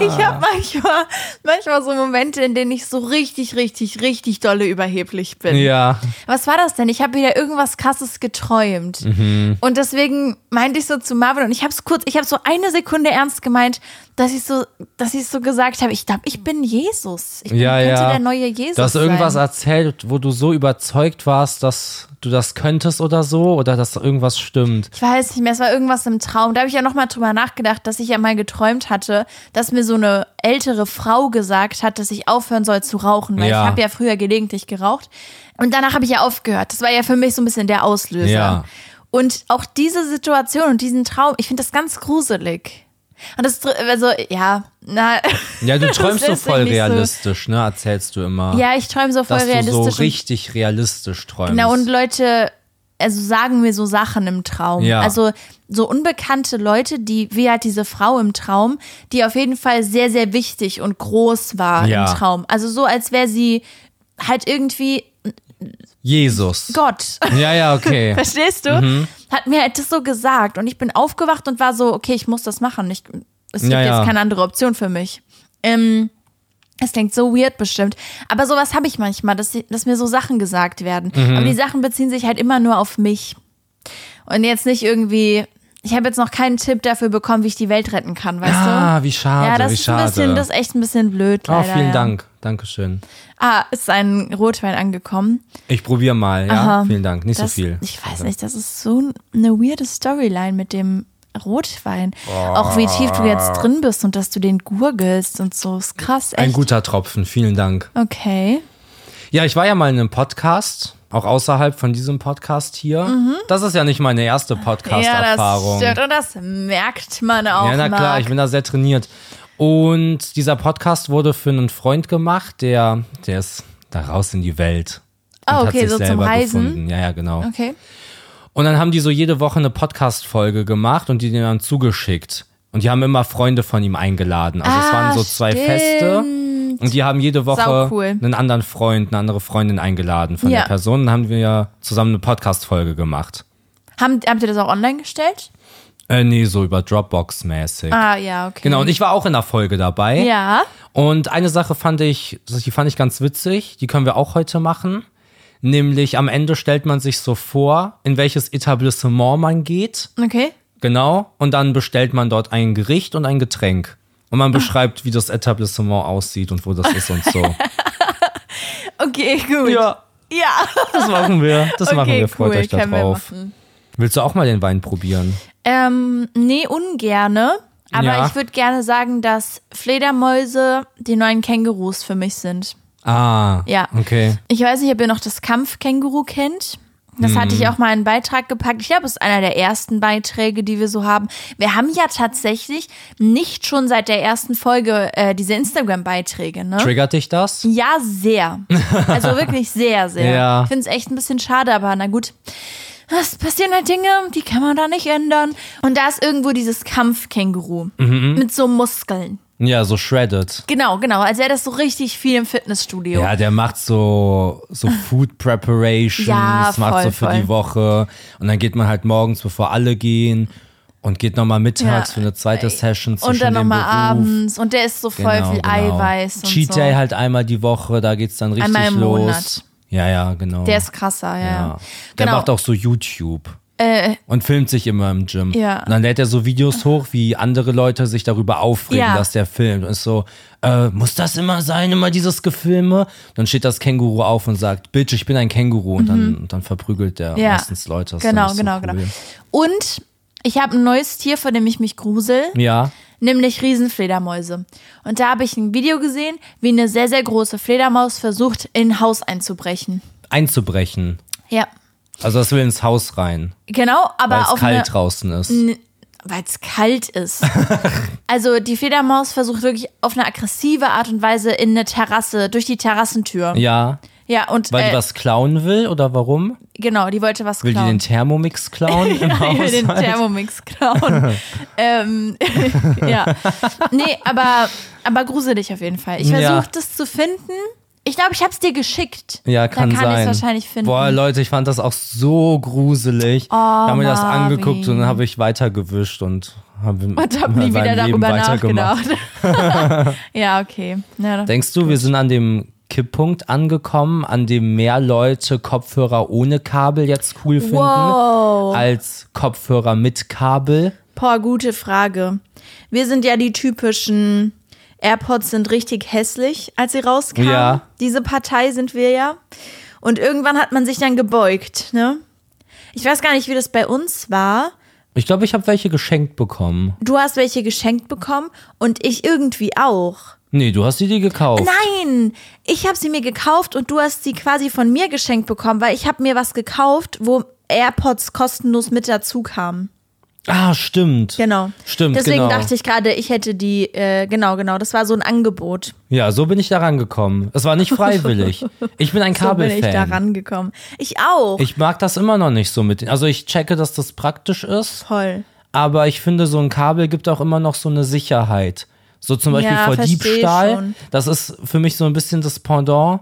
S1: ich habe manchmal, manchmal so Momente, in denen ich so richtig, richtig, richtig dolle überheblich bin.
S2: Ja.
S1: Was war das denn? Ich habe wieder irgendwas krasses geträumt.
S2: Mhm.
S1: Und deswegen meinte ich so zu Marvin und ich habe es kurz, ich habe so eine Sekunde ernst gemeint, dass ich so, dass ich so gesagt habe, ich glaube, ich bin Jesus. Ich bin,
S2: ja,
S1: könnte
S2: ja.
S1: der neue Jesus
S2: Du hast irgendwas
S1: sein.
S2: erzählt, wo du so überzeugt warst, dass du das könntest oder so, oder dass irgendwas stimmt.
S1: Ich weiß nicht mehr, es war irgendwas im Traum. Da habe ich ja nochmal drüber nachgedacht, dass ich ja mal geträumt hatte, dass mir so eine ältere Frau gesagt hat, dass ich aufhören soll zu rauchen, weil
S2: Ja.
S1: ich habe ja früher gelegentlich geraucht. Und danach habe ich ja aufgehört. Das war ja für mich so ein bisschen der Auslöser.
S2: Ja.
S1: Und auch diese Situation und diesen Traum, ich finde das ganz gruselig. Und das, dr- also, ja, na.
S2: Ja, du
S1: das
S2: träumst so
S1: lässt sich
S2: voll
S1: nicht
S2: realistisch, ne? Erzählst du immer.
S1: So. Ja, ich träume so voll
S2: dass du
S1: realistisch.
S2: so
S1: und
S2: richtig realistisch träumst.
S1: Na, und Leute, also sagen mir so Sachen im Traum.
S2: Ja.
S1: Also so unbekannte Leute, die, wie halt diese Frau im Traum, die auf jeden Fall sehr, sehr wichtig und groß war
S2: Ja.
S1: im Traum. Also so, als wäre sie halt irgendwie
S2: Jesus.
S1: Gott.
S2: Ja, ja, okay.
S1: Verstehst du?
S2: Mhm.
S1: Hat mir halt das so gesagt. Und ich bin aufgewacht und war so, okay, ich muss das machen. Ich, es gibt
S2: Ja, ja.
S1: jetzt keine andere Option für mich. Ähm, es klingt so weird bestimmt. Aber sowas habe ich manchmal, dass, dass mir so Sachen gesagt werden.
S2: Mhm.
S1: Aber die Sachen beziehen sich halt immer nur auf mich. Und jetzt nicht irgendwie, ich habe jetzt noch keinen Tipp dafür bekommen, wie ich die Welt retten kann, weißt
S2: Ah,
S1: du?
S2: wie schade,
S1: ja, das
S2: wie
S1: ist ein
S2: schade.
S1: bisschen, das ist echt ein bisschen blöd.
S2: oh,
S1: Leider,
S2: vielen
S1: ja.
S2: Dank. Dankeschön.
S1: Ah, ist ein Rotwein angekommen.
S2: Ich probiere mal, ja?
S1: Aha.
S2: Vielen Dank. Nicht
S1: das,
S2: so viel. Also
S1: Ich weiß nicht, das ist so eine weirde Storyline mit dem Rotwein. Auch wie tief du jetzt drin bist und dass du den gurgelst und so. Ist krass, echt.
S2: Ein guter Tropfen, vielen Dank.
S1: okay.
S2: Ja, ich war ja mal in einem Podcast, auch außerhalb von diesem Podcast hier. Das ist ja nicht meine erste Podcast-Erfahrung.
S1: Mhm. Ja, das stimmt. Und das merkt man auch.
S2: Ja, na klar,
S1: Marc.
S2: ich bin da sehr trainiert. Und dieser Podcast wurde für einen Freund gemacht, der, der ist da raus in die Welt. und
S1: Ah,
S2: hat
S1: okay,
S2: sich
S1: so zum
S2: selber
S1: Reisen?
S2: Gefunden. Ja, ja, genau.
S1: Okay.
S2: Und dann haben die so jede Woche eine Podcast-Folge gemacht und die denen dann zugeschickt. Und die haben immer Freunde von ihm eingeladen. Also es
S1: Ah,
S2: waren so zwei
S1: stimmt.
S2: Feste. Und die haben jede Woche
S1: Saucool.
S2: einen anderen Freund, eine andere Freundin eingeladen von
S1: Ja.
S2: der Person. Dann haben wir ja zusammen eine Podcast-Folge gemacht.
S1: Haben, habt ihr das auch online gestellt?
S2: Äh, nee, so über Dropbox-mäßig.
S1: Ah, ja, okay.
S2: Genau, und ich war auch in der Folge dabei.
S1: Ja.
S2: Und eine Sache fand ich, die fand ich ganz witzig, die können wir auch heute machen. Nämlich am Ende stellt man sich so vor, in welches Etablissement man geht.
S1: Okay.
S2: Genau. Und dann bestellt man dort ein Gericht und ein Getränk. Und
S1: Ah.
S2: man beschreibt, wie das Etablissement aussieht und wo das ist und so.
S1: Okay, gut.
S2: ja,
S1: Ja.
S2: das machen wir. Das
S1: okay,
S2: machen wir. Freut
S1: cool.
S2: euch da
S1: können wir
S2: drauf.
S1: machen.
S2: Willst du auch mal den Wein probieren?
S1: Ähm, nee, ungerne. Aber
S2: Ja.
S1: ich würde gerne sagen, dass Fledermäuse die neuen Kängurus für mich sind.
S2: Ah.
S1: Ja.
S2: Okay.
S1: Ich weiß nicht, ob ihr noch das Kampfkänguru kennt. Das hatte ich auch mal einen Beitrag gepackt. Ich glaube, es ist einer der ersten Beiträge, die wir so haben. Wir haben ja tatsächlich nicht schon seit der ersten Folge äh, diese Instagram-Beiträge, ne?
S2: Triggert dich das?
S1: Ja, sehr. Also wirklich sehr, sehr.
S2: Ja.
S1: Ich finde es echt ein bisschen schade, aber na gut. Es passieren halt Dinge, die kann man da nicht ändern. Und da ist irgendwo dieses Kampfkänguru
S2: Mhm,
S1: mit so Muskeln.
S2: Ja, so shredded.
S1: Genau, genau. Als wäre das so richtig viel im Fitnessstudio.
S2: Ja, der macht so, so Food Preparations,
S1: Ja,
S2: macht so
S1: voll,
S2: für
S1: voll.
S2: die Woche. Und dann geht man halt morgens, bevor alle gehen. Und geht nochmal mittags
S1: Ja.
S2: für eine zweite Session zwischen
S1: und dann
S2: dem
S1: nochmal
S2: Beruf. Genau,
S1: abends. Und der ist so voll viel Eiweiß. Und
S2: Cheat
S1: so.
S2: Day halt einmal die Woche, da geht's dann richtig
S1: Einmal im
S2: los.
S1: Monat.
S2: Ja, ja, genau.
S1: Der ist krasser, ja.
S2: ja. Der
S1: Genau. Äh.
S2: macht auch so YouTube. und filmt sich immer im Gym.
S1: Ja.
S2: Und dann lädt er so Videos hoch, wie andere Leute sich darüber aufregen,
S1: Ja.
S2: dass der filmt. Und ist so, äh, muss das immer sein, immer dieses Gefilme? Dann steht das Känguru auf und sagt, Bitch, ich bin ein Känguru. Und dann, und dann verprügelt der
S1: Mhm. Ja.
S2: meistens Leute. Das ist
S1: Genau,
S2: dann nicht
S1: genau,
S2: so
S1: genau.
S2: cool.
S1: Und ich habe ein neues Tier, vor dem ich mich grusel,
S2: Ja.
S1: nämlich Riesenfledermäuse. Und da habe ich ein Video gesehen, wie eine sehr, sehr große Fledermaus versucht, in ein Haus einzubrechen.
S2: Einzubrechen.
S1: Ja,
S2: Also das will ins Haus rein,
S1: genau,
S2: weil
S1: aber
S2: es
S1: auf
S2: kalt
S1: eine,
S2: draußen ist.
S1: weil es kalt ist. also die Fledermaus versucht wirklich auf eine aggressive Art und Weise in eine Terrasse, durch die Terrassentür. Ja,
S2: Ja.
S1: und
S2: Weil
S1: äh,
S2: die was klauen will oder warum?
S1: genau, die wollte was
S2: Will
S1: klauen.
S2: die den Thermomix klauen im
S1: Ich will
S2: Haus?
S1: den Thermomix klauen. ähm, ja. Nee, aber, aber gruselig auf jeden Fall. Ich
S2: Ja.
S1: versuche das zu finden. Ich glaube, ich habe es dir geschickt.
S2: Ja, kann,
S1: da kann
S2: sein.
S1: ich wahrscheinlich finden. Oh,
S2: Boah, Leute, ich fand das auch so gruselig. ich habe mir das
S1: Marvin.
S2: angeguckt und dann habe ich weitergewischt und habe
S1: und habe nie wieder darüber nachgedacht. ja, okay. Ja,
S2: Denkst du, wir sind an dem Kipppunkt angekommen, an dem mehr Leute Kopfhörer ohne Kabel jetzt cool finden
S1: Wow.
S2: als Kopfhörer mit Kabel?
S1: boah, gute Frage. Wir sind ja die typischen AirPods sind richtig hässlich, als sie rauskamen.
S2: Ja.
S1: Diese Partei sind wir ja. Und irgendwann hat man sich dann gebeugt, ne? Ich weiß gar nicht, wie das bei uns war.
S2: Ich glaube, ich habe welche geschenkt bekommen.
S1: Du hast welche geschenkt bekommen und ich irgendwie auch.
S2: Nee, du hast die dir gekauft.
S1: Nein, ich habe sie mir gekauft und du hast sie quasi von mir geschenkt bekommen, weil ich habe mir was gekauft, wo AirPods kostenlos mit dazu kamen.
S2: Ah, stimmt.
S1: Genau.
S2: Stimmt,
S1: Deswegen
S2: genau.
S1: dachte ich gerade, ich hätte die, äh, genau, genau, das war so ein Angebot.
S2: Ja, so bin ich da rangekommen. Es war nicht freiwillig. Ich bin ein Kabelfan.
S1: So bin ich da rangekommen. Ich auch.
S2: Ich mag das immer noch nicht so mit. den- Also ich checke, dass das praktisch ist,
S1: Toll.
S2: aber ich finde, so ein Kabel gibt auch immer noch so eine Sicherheit. So zum Beispiel
S1: Ja,
S2: vor
S1: versteh
S2: Diebstahl.
S1: schon.
S2: Das ist für mich so ein bisschen das Pendant.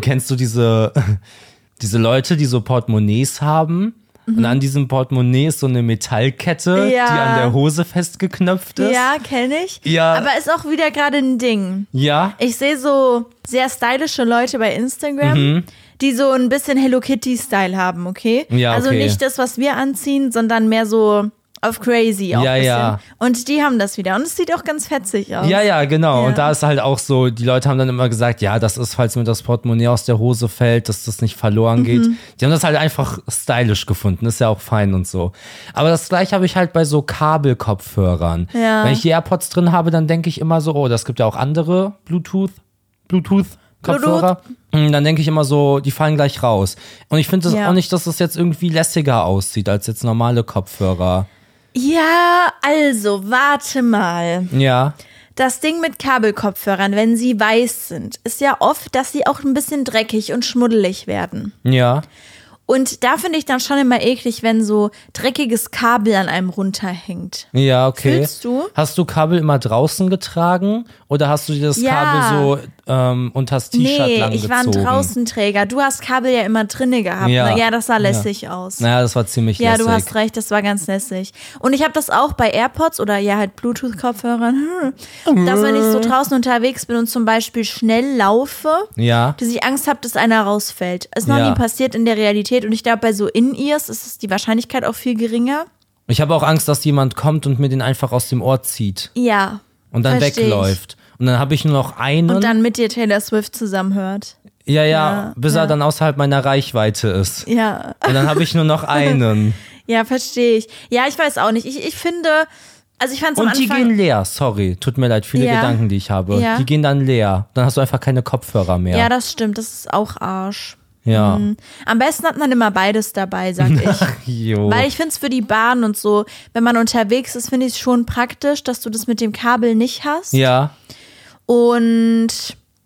S2: Kennst du diese, diese Leute, die so Portemonnaies haben? Und an diesem Portemonnaie ist so eine Metallkette,
S1: Ja.
S2: die an der Hose festgeknöpft ist.
S1: ja, kenne ich.
S2: Ja.
S1: Aber ist auch wieder gerade ein Ding.
S2: Ja.
S1: Ich sehe so sehr stylische Leute bei Instagram,
S2: Mhm.
S1: die so ein bisschen Hello Kitty-Style haben, okay?
S2: Ja,
S1: also
S2: okay.
S1: nicht das, was wir anziehen, sondern mehr so auf crazy auch
S2: Ja,
S1: ein bisschen.
S2: ja.
S1: Und die haben das wieder. Und es sieht auch ganz fetzig aus.
S2: Ja, ja, genau.
S1: Ja.
S2: Und da ist halt auch so, die Leute haben dann immer gesagt, ja, das ist, falls mir das Portemonnaie aus der Hose fällt, dass das nicht
S1: Mhm.
S2: verloren geht. Die haben das halt einfach stylisch gefunden, ist ja auch fein und so. Aber das gleiche habe ich halt bei so Kabelkopfhörern.
S1: Ja.
S2: Wenn ich die AirPods drin habe, dann denke ich immer so, oh, das gibt ja auch andere Bluetooth, Bluetooth. Kopfhörer, Mm, dann denke ich immer so, die fallen gleich raus. Und ich finde das
S1: Ja.
S2: auch nicht, dass das jetzt irgendwie lässiger aussieht als jetzt normale Kopfhörer.
S1: Ja, also, warte mal.
S2: Ja.
S1: Das Ding mit Kabelkopfhörern, wenn sie weiß sind, ist ja oft, dass sie auch ein bisschen dreckig und schmuddelig werden.
S2: Ja.
S1: Und da finde ich dann schon immer eklig, wenn so dreckiges Kabel an einem runterhängt.
S2: Ja, okay.
S1: Fühlst du?
S2: Hast du Kabel immer draußen getragen oder hast du dir das
S1: Ja.
S2: Kabel so ähm, unters T-Shirt
S1: Nee,
S2: langgezogen?
S1: ich war ein Draußenträger. Du hast Kabel ja immer drinne gehabt.
S2: Ja.
S1: Ja, ne? ja das sah lässig aus.
S2: Naja, das war ziemlich
S1: Ja,
S2: lässig.
S1: du hast recht, das war ganz lässig. Und ich habe das auch bei AirPods oder ja halt Bluetooth-Kopfhörern, hm, dass wenn ich so draußen unterwegs bin und zum Beispiel schnell laufe,
S2: Ja.
S1: dass ich Angst habe, dass einer rausfällt. Ist noch
S2: Ja.
S1: nie passiert in der Realität und ich glaube, bei so In-Ears ist es die Wahrscheinlichkeit auch viel geringer.
S2: Ich habe auch Angst, dass jemand kommt und mir den einfach aus dem Ohr zieht
S1: Ja.
S2: und dann
S1: Versteh ich.
S2: wegläuft. Und dann habe ich nur noch einen.
S1: Und dann mit dir Taylor Swift zusammenhört.
S2: ja, ja,
S1: Ja,
S2: bis er dann außerhalb meiner Reichweite ist.
S1: Ja.
S2: Und dann habe ich nur noch einen.
S1: Ja, verstehe ich. Ja, ich weiß auch nicht. Ich, ich finde, also ich fand es am
S2: Und die
S1: Anfang.
S2: gehen leer, sorry. Tut mir leid, viele
S1: Ja.
S2: Gedanken, die ich habe.
S1: Ja.
S2: Die gehen dann leer. Dann hast du einfach keine Kopfhörer mehr.
S1: ja, das stimmt. Das ist auch Arsch.
S2: Ja.
S1: Am besten hat man immer beides dabei, sag ich.
S2: Oh. Jo.
S1: Weil ich finde es für die Bahn und so, wenn man unterwegs ist, finde ich es schon praktisch, dass du das mit dem Kabel nicht hast.
S2: ja.
S1: Und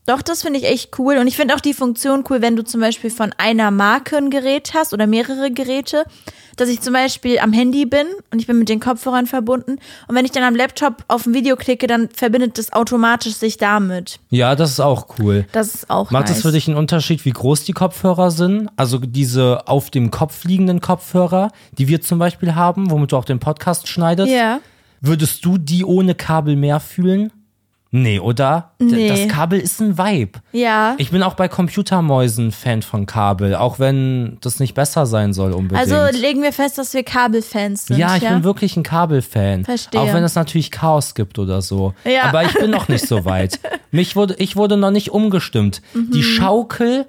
S1: doch, das finde ich echt cool. Und ich finde auch die Funktion cool, wenn du zum Beispiel von einer Marke ein Gerät hast oder mehrere Geräte, dass ich zum Beispiel am Handy bin und ich bin mit den Kopfhörern verbunden. Und wenn ich dann am Laptop auf ein Video klicke, dann verbindet das automatisch sich damit.
S2: Ja, das ist auch cool.
S1: Das ist auch
S2: Macht
S1: nice.
S2: es für dich einen Unterschied, wie groß die Kopfhörer sind? Also diese auf dem Kopf liegenden Kopfhörer, die wir zum Beispiel haben, womit du auch den Podcast schneidest.
S1: Ja.
S2: Würdest du die ohne Kabel mehr fühlen? Nee, oder? D-
S1: Nee.
S2: Das Kabel ist ein Vibe.
S1: Ja.
S2: Ich bin auch bei Computermäusen Fan von Kabel, auch wenn das nicht besser sein soll unbedingt.
S1: also legen wir fest, dass wir Kabelfans sind.
S2: ja, ich bin wirklich ein Kabelfan.
S1: Verstehe.
S2: Auch wenn es natürlich Chaos gibt oder so.
S1: Ja.
S2: Aber ich bin noch nicht so weit. Mich wurde, ich wurde noch nicht umgestimmt. Die
S1: Mhm.
S2: Schaukel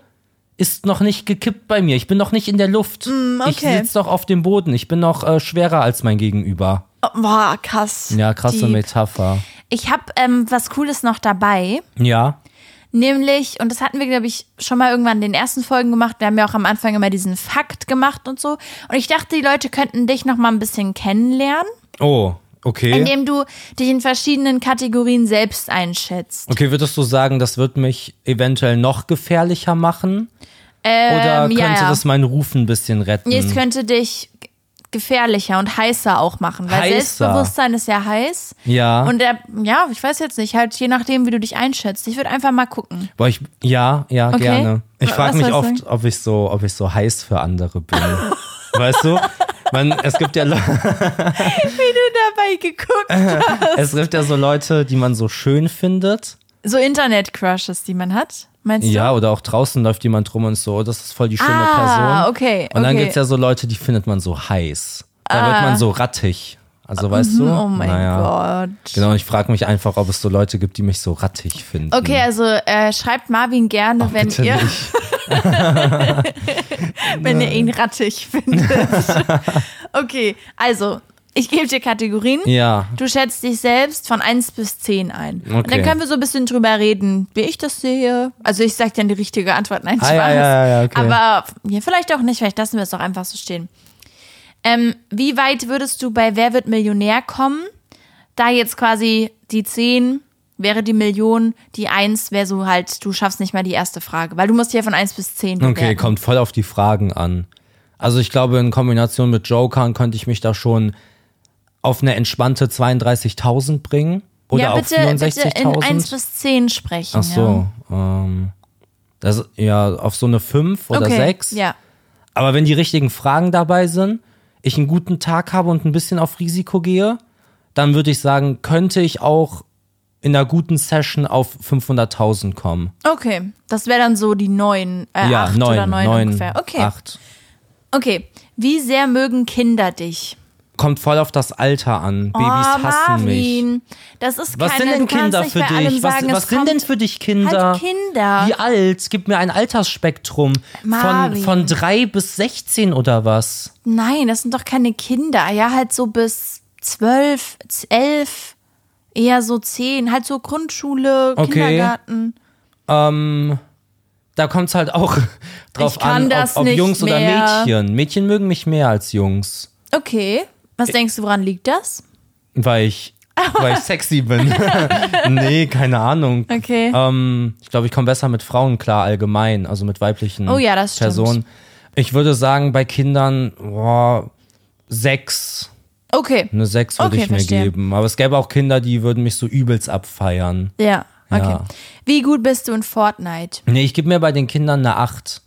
S2: ist noch nicht gekippt bei mir. Ich bin noch nicht in der Luft. Ich
S1: Mm, okay.
S2: sitze noch auf dem Boden. Ich bin noch äh, schwerer als mein Gegenüber.
S1: Oh, boah, krass.
S2: Ja, krasse
S1: Deep.
S2: Metapher.
S1: Ich habe ähm, was Cooles noch dabei.
S2: Ja.
S1: Nämlich, und das hatten wir, glaube ich, schon mal irgendwann in den ersten Folgen gemacht. Wir haben ja auch am Anfang immer diesen Fakt gemacht und so. Und ich dachte, die Leute könnten dich noch mal ein bisschen kennenlernen,
S2: Oh, okay.
S1: indem du dich in verschiedenen Kategorien selbst einschätzt.
S2: Okay, würdest du sagen, das wird mich eventuell noch gefährlicher machen? Oder
S1: Ähm,
S2: könnte
S1: ja, ja.
S2: das Mhm. meinen Ruf ein bisschen retten?
S1: Nee, es könnte dich gefährlicher und heißer auch machen, weil
S2: Heißer. Ah.
S1: Selbstbewusstsein ist ja heiß.
S2: ja.
S1: Und der, ja, ich weiß jetzt nicht, halt je nachdem, wie du dich einschätzt. Ich würde einfach mal gucken.
S2: Boah, ich, ja, ja,
S1: Okay.
S2: gerne. Ich
S1: Was
S2: frage mich
S1: wolltest du
S2: oft, ob ich, so, ob ich so heiß für andere bin. weißt du? Man, es, gibt ja, Le-
S1: Wie du dabei geguckt.
S2: es gibt ja so Leute, die man so schön findet.
S1: So Internet-Crushes, die man hat, meinst du?
S2: Ja, oder auch draußen läuft jemand rum und so, oh, das ist voll die schöne
S1: Ah,
S2: Person.
S1: okay,
S2: Und dann
S1: okay. Ah.
S2: gibt's ja so Leute, die findet man so heiß. Da wird man so rattig. Also weißt du?
S1: Oh mein Gott.
S2: Genau, ich frage mich einfach, ob es so Leute gibt, die mich so rattig finden.
S1: Okay, also äh, schreibt Marvin gerne, wenn,
S2: Bitte
S1: ihr,
S2: nicht.
S1: wenn ihr ihn rattig findet. okay, also ich gebe dir Kategorien.
S2: Ja,
S1: Du schätzt dich selbst von 1 bis 10 ein. Und
S2: Okay.
S1: dann können wir so ein bisschen drüber reden, wie ich das sehe. Also ich sage dann die richtige Antwort. Nein, Spaß.
S2: Ah, ja, ja, ja, ja, okay.
S1: Aber ja, vielleicht auch nicht, vielleicht lassen wir es auch einfach so stehen. Ähm, wie weit würdest du bei Wer wird Millionär kommen? Da jetzt quasi die 10 wäre die Million, die 1 wäre so halt, du schaffst nicht mal die erste Frage, weil du musst hier von 1 bis 10 bewerten.
S2: Okay, kommt voll auf die Fragen an. Also ich glaube, in Kombination mit Jokern könnte ich mich da schon auf eine entspannte 32.000 bringen. Oder
S1: ja, bitte,
S2: auf
S1: bitte in 1
S2: 64.000.
S1: bis 10 sprechen.
S2: Ach so. Ähm, das, ja, auf so eine 5
S1: ja.
S2: oder
S1: okay.
S2: 6.
S1: Ja.
S2: Aber wenn die richtigen Fragen dabei sind, ich einen guten Tag habe und ein bisschen auf Risiko gehe, dann würde ich sagen, könnte ich auch in einer guten Session auf 500.000 kommen.
S1: Okay, das wäre dann so die neun, äh,
S2: ja,
S1: acht
S2: 9,
S1: oder neun,
S2: 9
S1: ungefähr. Okay,
S2: 8.
S1: okay. Wie sehr mögen Kinder dich?
S2: kommt voll auf das Alter an. Babys
S1: oh,
S2: hassen mich.
S1: Marvin, das ist
S2: Was
S1: keine,
S2: sind
S1: du
S2: denn
S1: kannst
S2: Kinder
S1: nicht
S2: für
S1: bei allem
S2: dich?
S1: Sagen,
S2: was was
S1: es
S2: sind denn
S1: kommt-
S2: für dich Kinder?
S1: Halt Kinder.
S2: Wie alt? Gib mir ein Altersspektrum von,
S1: Marvin.
S2: von 3 bis 16 oder was?
S1: Nein, das sind doch keine Kinder. Ja, halt so bis zwölf, elf, eher so zehn, halt so Grundschule,
S2: Okay.
S1: Kindergarten.
S2: Ähm, da kommt es halt auch drauf
S1: Ich kann
S2: an,
S1: das
S2: ob, ob
S1: nicht
S2: Jungs
S1: mehr.
S2: oder Mädchen. Mädchen mögen mich mehr als Jungs,
S1: Okay, was denkst du, woran liegt das?
S2: weil ich, weil ich sexy bin. nee, keine Ahnung.
S1: Okay.
S2: Ähm, ich glaube, ich komme besser mit Frauen klar allgemein, also mit weiblichen
S1: Oh ja, das stimmt.
S2: Personen. Ich würde sagen, bei Kindern boah, sechs.
S1: Okay,
S2: Eine sechs würde
S1: Okay,
S2: ich mir
S1: verstehe.
S2: geben. Aber es gäbe auch Kinder, die würden mich so übelst abfeiern.
S1: ja, okay.
S2: Ja.
S1: Wie gut bist du in Fortnite?
S2: Nee, ich gebe mir bei den Kindern eine acht.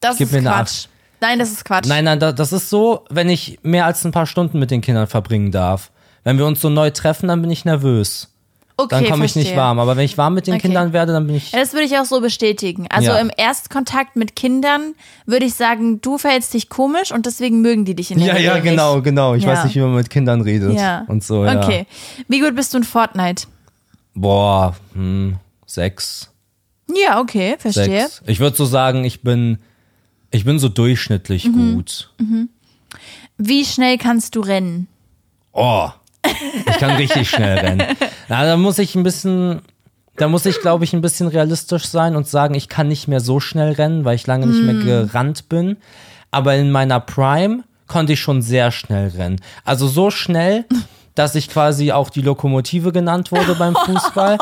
S1: Das
S2: Gib
S1: ist
S2: mir eine
S1: Quatsch. Nein, das ist Quatsch.
S2: Nein, nein, da- das ist so, wenn ich mehr als ein paar Stunden mit den Kindern verbringen darf. Wenn wir uns so neu treffen, dann bin ich nervös.
S1: okay,
S2: Dann komme ich nicht
S1: verstehe.
S2: warm. Aber wenn ich warm mit den
S1: Okay.
S2: Kindern werde, dann bin ich.
S1: Ja, Das würde ich auch so bestätigen. Also
S2: Ja.
S1: im Erstkontakt mit Kindern würde ich sagen, du verhältst dich komisch und deswegen mögen die dich in der
S2: Ja,
S1: Regel
S2: ja, genau, genau. Ich
S1: Ja.
S2: weiß nicht, wie man mit Kindern redet.
S1: Nicht. Ja.
S2: Und so, ja.
S1: Okay. Wie gut bist du in Fortnite?
S2: Boah, hm, sechs.
S1: Ja, okay, verstehe.
S2: sechs. Ich würde so sagen, ich bin, ich bin so durchschnittlich
S1: Mhm.
S2: gut.
S1: Wie schnell kannst du rennen?
S2: Oh, ich kann richtig schnell rennen. Na, da muss ich ein bisschen, Da muss ich, glaube ich, ein bisschen realistisch sein und sagen, ich kann nicht mehr so schnell rennen, weil ich lange nicht
S1: Mm.
S2: mehr gerannt bin. Aber in meiner Prime konnte ich schon sehr schnell rennen. Also so schnell, dass ich quasi auch die Lokomotive genannt wurde beim Fußball.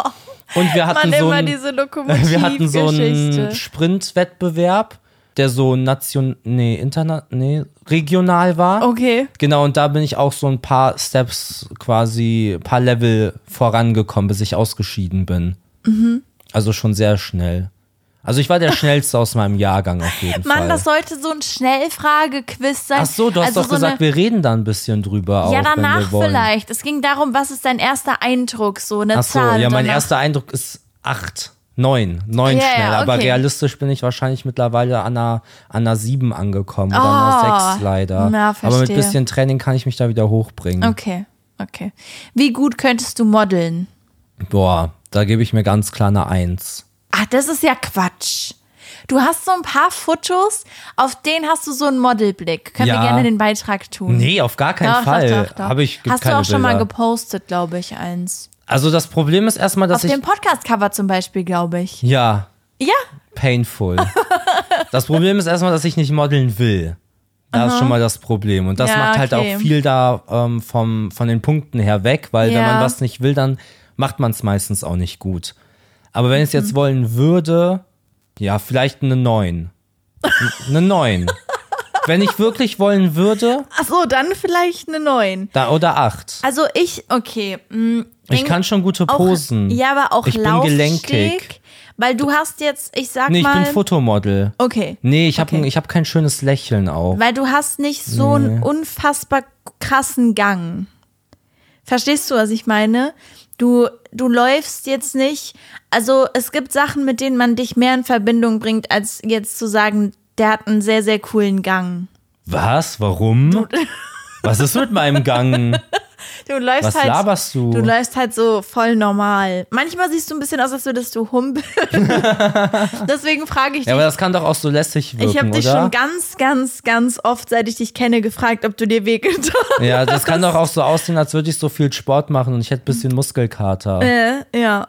S2: Und wir hatten
S1: Man
S2: so
S1: immer
S2: ein-
S1: diese
S2: wir hatten so einen
S1: Lokomotivgeschichte.
S2: Sprintwettbewerb, der so nation, nee, interna, nee, regional war.
S1: okay.
S2: Genau, und da bin ich auch so ein paar Steps quasi, ein paar Level vorangekommen, bis ich ausgeschieden bin. Also schon sehr schnell. Also ich war der schnellste aus meinem Jahrgang auf jeden Fall.
S1: Mann, das sollte so ein Schnellfrage-Quiz sein.
S2: Ach so, du hast
S1: also
S2: doch
S1: so
S2: gesagt,
S1: eine,
S2: wir reden da ein bisschen drüber.
S1: Ja,
S2: auch, wenn
S1: danach
S2: wir wollen.
S1: vielleicht. Es ging darum, was ist dein erster Eindruck, so eine
S2: Ach so,
S1: Zahl.
S2: ja, mein
S1: danach.
S2: erster Eindruck ist acht, neun, neun
S1: Ja, ja,
S2: schnell. Aber
S1: okay.
S2: realistisch bin ich wahrscheinlich mittlerweile an einer, an einer sieben angekommen oder an
S1: Oh,
S2: einer sechs leider.
S1: na,
S2: Aber mit
S1: verstehe.
S2: bisschen Training kann ich mich da wieder hochbringen.
S1: Okay, okay. Wie gut könntest du modeln?
S2: Boah, da gebe ich mir ganz klar eine eins.
S1: Ach, Ah, das ist ja Quatsch. Du hast so ein paar Fotos, auf denen hast du so einen Modelblick. Können
S2: Ja.
S1: wir gerne den Beitrag tun.
S2: Nee, auf gar keinen
S1: Doch, doch,
S2: Fall.
S1: doch, doch.
S2: Habe ich gibt
S1: Hast
S2: keine
S1: du auch schon mal
S2: Bilder.
S1: gepostet, glaube ich, eins.
S2: Also das Problem ist erstmal,
S1: Auf
S2: dass ich
S1: dem Podcast-Cover zum Beispiel, glaube ich.
S2: ja,
S1: Ja,
S2: painful. das Problem ist erstmal, dass ich nicht modeln will. Da ist schon mal das Problem. Und das
S1: Ja,
S2: macht halt
S1: okay.
S2: auch viel da ähm, vom, von den Punkten her weg, weil wenn
S1: Ja.
S2: man was nicht will, dann macht man es meistens auch nicht gut. Aber wenn ich es
S1: Mhm.
S2: jetzt wollen würde, ja, vielleicht eine 9. Eine 9. wenn ich wirklich wollen würde,
S1: Ach so, dann vielleicht eine 9.
S2: da oder 8.
S1: Also ich, okay. mm,
S2: Ich
S1: denk-
S2: kann schon gute
S1: auch,
S2: Posen.
S1: Ja, aber auch
S2: Ich bin
S1: Laufsteg.
S2: gelenkig.
S1: Weil du hast jetzt, ich sag
S2: nee, ich
S1: mal.
S2: bin Fotomodel.
S1: okay.
S2: Nee, ich habe
S1: Okay.
S2: ich hab kein schönes Lächeln auch.
S1: Weil du hast nicht so einen unfassbar krassen Gang. Verstehst du, was ich meine? Du, du läufst jetzt nicht. Also es gibt Sachen, mit denen man dich mehr in Verbindung bringt, als jetzt zu sagen, der hat einen sehr, sehr coolen Gang.
S2: Was? Warum? Was ist mit meinem Gang?
S1: Du läufst
S2: Was
S1: halt.
S2: laberst du?
S1: Du läufst halt so voll normal. Manchmal siehst du ein bisschen aus, als würdest du humpeln. Deswegen frage ich
S2: Ja, aber
S1: dich.
S2: das kann doch auch so lästig wirken,
S1: Ich habe dich
S2: oder?
S1: schon ganz, ganz, ganz oft, seit ich dich kenne, gefragt, ob du dir wehgetan hast.
S2: ja, das kann doch auch so aussehen, als würde ich so viel Sport machen und ich hätte ein bisschen Muskelkater.
S1: Äh, Ja.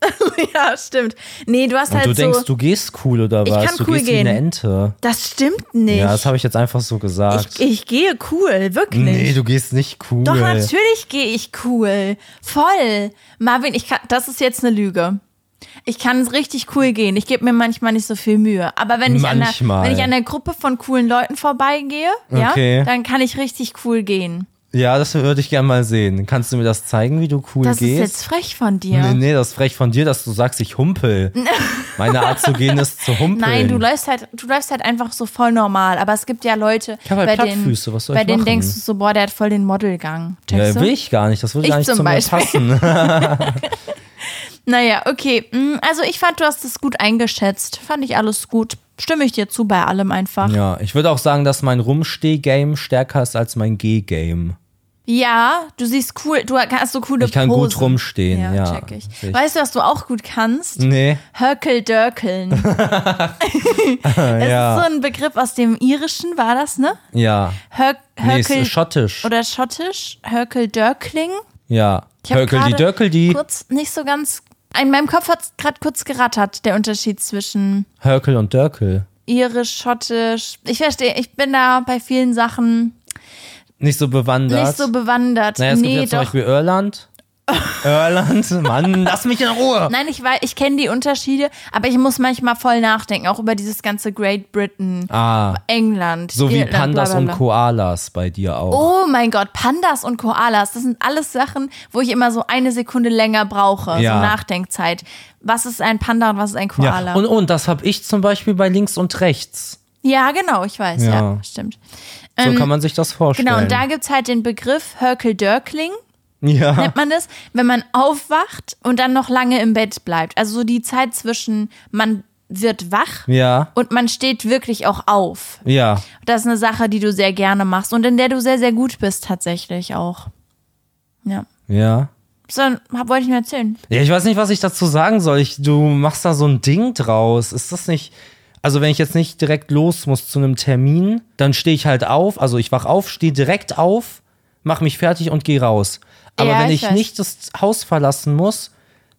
S1: ja, stimmt. Nee, du hast
S2: und
S1: halt
S2: du denkst,
S1: so.
S2: du gehst cool oder
S1: Ich
S2: was?
S1: kann
S2: du
S1: cool
S2: gehst
S1: gehen.
S2: wie eine Ente.
S1: das stimmt nicht.
S2: Ja, das habe ich jetzt einfach so gesagt.
S1: ich, ich gehe cool, wirklich.
S2: nee, du gehst nicht cool.
S1: Doch, natürlich gehe ich cool. Voll. Marvin, ich kann, das ist jetzt eine Lüge. Ich kann es richtig cool gehen. Ich gebe mir manchmal nicht so viel Mühe. Aber wenn ich, an der,
S2: Manchmal.
S1: wenn ich an der Gruppe von coolen Leuten vorbeigehe, ja,
S2: Okay.
S1: dann kann ich richtig cool gehen.
S2: Ja, das würde ich gerne mal sehen. Kannst du mir das zeigen, wie du cool
S1: Das ist
S2: gehst?
S1: jetzt frech von dir.
S2: Nee, nee, das ist frech von dir, dass du sagst, ich humpel. Meine Art zu gehen ist zu humpeln.
S1: Nein, du läufst halt, du läufst halt einfach so voll normal. Aber es gibt ja Leute,
S2: hab halt
S1: bei denen,
S2: Plattfüße, was soll
S1: bei
S2: ich
S1: denen
S2: machen?
S1: denkst du so, boah, der hat voll den Modelgang.
S2: Ja,
S1: Checkst du?
S2: will ich gar nicht. Das würde
S1: Ich
S2: gar nicht
S1: zum
S2: zu mir
S1: Beispiel.
S2: passen.
S1: Naja, okay. Mm, Also ich fand, du hast es gut eingeschätzt. Fand ich alles gut. Stimme ich dir zu bei allem einfach. Ja,
S2: Ja, ich würde auch sagen, dass mein Rumsteh-Game stärker ist als mein Geh-Game.
S1: du siehst cool, du hast so coole
S2: Ich kann
S1: Posen.
S2: gut rumstehen, ja.
S1: check ich.
S2: Richtig. Hm.
S1: Weißt du, was du auch gut kannst?
S2: Nee,
S1: Höckeldörkeln. das
S2: ja.
S1: ist so ein Begriff aus dem Irischen, war das, ne?
S2: ja.
S1: Hör
S2: Nee, es
S1: Höckel-
S2: ist schottisch.
S1: oder schottisch, Höckeldörkling.
S2: ja.
S1: Ich hab
S2: Höckel die
S1: gerade
S2: Döckel die.
S1: Kurz nicht so ganz. In meinem Kopf hat es gerade kurz gerattert, der Unterschied zwischen
S2: Höckel und Dörkel.
S1: irisch, schottisch. Ich verstehe, ich bin da bei vielen Sachen
S2: Nicht so bewandert.
S1: nicht so bewandert.
S2: naja, es
S1: nee,
S2: gibt ja zum
S1: doch.
S2: Beispiel Irland. Irland, Mann, lass mich in Ruhe.
S1: Nein, ich weiß, ich kenne die Unterschiede, aber ich muss manchmal voll nachdenken, auch über dieses ganze Great Britain,
S2: Ah,
S1: England.
S2: so wie
S1: Irland,
S2: Pandas
S1: bla, bla, bla.
S2: und Koalas bei dir auch.
S1: Oh mein Gott, Pandas und Koalas, das sind alles Sachen, wo ich immer so eine Sekunde länger brauche,
S2: Ja.
S1: so Nachdenkzeit. Was ist ein Panda und was ist ein Koala?
S2: ja. Und, und das habe ich zum Beispiel bei links und rechts.
S1: Ja, genau, ich weiß, ja,
S2: Ja.
S1: stimmt.
S2: So kann man sich das vorstellen.
S1: Ähm, Genau, und da gibt's halt den Begriff Höckel-Dörkling,
S2: ja.
S1: nennt man das, wenn man aufwacht und dann noch lange im Bett bleibt. Also so die Zeit zwischen man wird wach
S2: Ja.
S1: und man steht wirklich auch auf.
S2: Ja.
S1: Das ist eine Sache, die du sehr gerne machst und in der du sehr, sehr gut bist tatsächlich auch. Ja.
S2: Ja.
S1: So, hab, wollte ich nur erzählen.
S2: Ja, ich weiß nicht, was ich dazu sagen soll. Ich, du machst da so ein Ding draus. Ist das nicht. Also, wenn ich jetzt nicht direkt los muss zu einem Termin, dann stehe ich halt auf. Also, ich wach auf, stehe direkt auf, mach mich fertig und gehe raus. Aber
S1: Ja,
S2: wenn
S1: ich
S2: ich,
S1: weiß.
S2: nicht das Haus verlassen muss,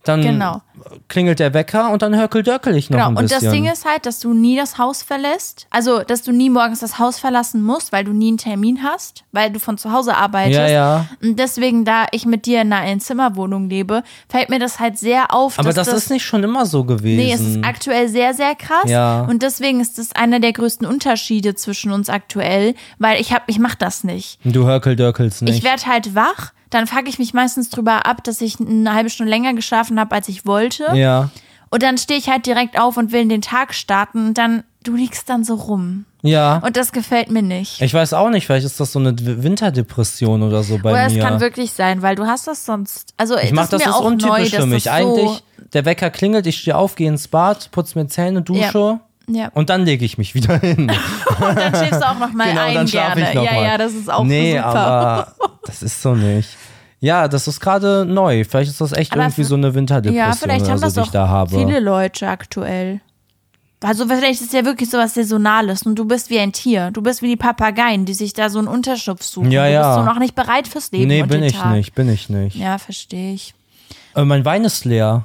S2: Dann
S1: Genau.
S2: klingelt der Wecker und dann hörkel-dörkel ich noch
S1: Genau,
S2: ein
S1: und
S2: bisschen.
S1: das Ding ist halt, dass du nie das Haus verlässt. Also, dass du nie morgens das Haus verlassen musst, weil du nie einen Termin hast, weil du von zu Hause arbeitest.
S2: Ja, ja.
S1: Und deswegen, da ich mit dir in einer Einzimmerwohnung lebe, fällt mir das halt sehr auf.
S2: Aber
S1: dass
S2: das, ist nicht schon immer so gewesen.
S1: Nee, es ist aktuell sehr, sehr krass.
S2: Ja.
S1: Und deswegen ist das einer der größten Unterschiede zwischen uns aktuell, weil ich hab, ich mach das nicht.
S2: du hörkel-dörkelst nicht.
S1: Ich werde halt wach, dann fuck ich mich meistens drüber ab, dass ich eine halbe Stunde länger geschlafen habe, als ich wollte.
S2: ja.
S1: Und dann stehe ich halt direkt auf und will in den Tag starten und dann, du liegst dann so rum.
S2: Ja.
S1: Und das gefällt mir nicht.
S2: Ich weiß auch nicht, vielleicht ist das so eine D- Winterdepression oder so bei
S1: Oder es
S2: mir.
S1: kann wirklich sein, weil du hast das sonst. Also
S2: ich mach das,
S1: ist mir
S2: das ist
S1: auch neu,
S2: untypisch
S1: dass
S2: für mich.
S1: Das so,
S2: Eigentlich, der Wecker klingelt, ich stehe auf, gehe ins Bad, putze mir Zähne, Dusche
S1: Ja.
S2: und dann lege ich mich wieder hin. Genau,
S1: Und dann schläfst du auch noch mal ein
S2: dann schlaf
S1: gerne.
S2: ich noch
S1: ja,
S2: mal.
S1: ja, das ist auch
S2: nee,
S1: super.
S2: aber das ist so nicht. Ja, das ist gerade neu. Vielleicht ist das echt
S1: Aber
S2: irgendwie
S1: f-
S2: so eine Winterdepression,
S1: ja, vielleicht
S2: oder
S1: haben
S2: so,
S1: das
S2: also, die ich
S1: auch
S2: da habe.
S1: viele Leute aktuell. Also vielleicht ist ja wirklich sowas Saisonales und du bist wie ein Tier. Du bist wie die Papageien, die sich da so einen Unterschlupf suchen.
S2: Ja,
S1: du
S2: ja.
S1: bist so noch nicht bereit fürs Leben
S2: nee,
S1: und
S2: bin
S1: den
S2: ich
S1: Tag.
S2: nicht, bin ich nicht.
S1: Ja, verstehe ich.
S2: Äh, mein Wein ist leer.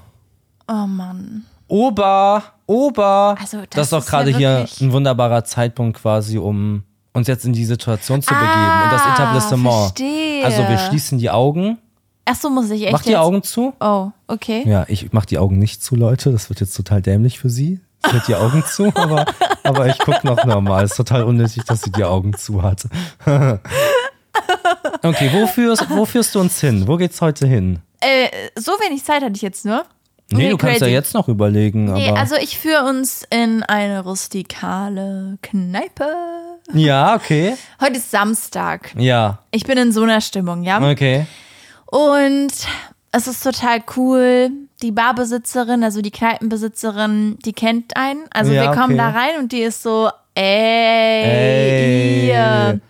S1: Oh Mann.
S2: Ober, Ober.
S1: Also, das
S2: das ist doch
S1: ist ja
S2: gerade hier
S1: wirklich-
S2: ein wunderbarer Zeitpunkt quasi, um uns jetzt in die Situation zu begeben,
S1: Ah,
S2: in das Etablissement.
S1: verstehe.
S2: Also wir schließen die Augen.
S1: Ach so, muss ich echt
S2: Mach die
S1: jetzt?
S2: Augen zu.
S1: Oh, okay.
S2: Ja, ich mach die Augen nicht zu, Leute. Das wird jetzt total dämlich für sie. Sie hat die Augen zu, aber, aber ich guck noch normal. Ist total unnötig, dass sie die Augen zu hat. okay, wo führst, wo führst du uns hin? Wo geht's heute hin?
S1: Äh, so wenig Zeit hatte ich jetzt nur.
S2: Nee,
S1: Okay,
S2: du kannst ja
S1: crazy.
S2: jetzt noch überlegen.
S1: Nee,
S2: aber
S1: also ich führe uns in eine rustikale Kneipe.
S2: ja, okay.
S1: Heute ist Samstag.
S2: Ja,
S1: Ich bin in so einer Stimmung, ja?
S2: okay.
S1: Und es ist total cool. Die Barbesitzerin, also die Kneipenbesitzerin, die kennt einen. Also
S2: Ja,
S1: wir kommen
S2: okay.
S1: da rein und die ist so, ey,
S2: Ey.
S1: ihr.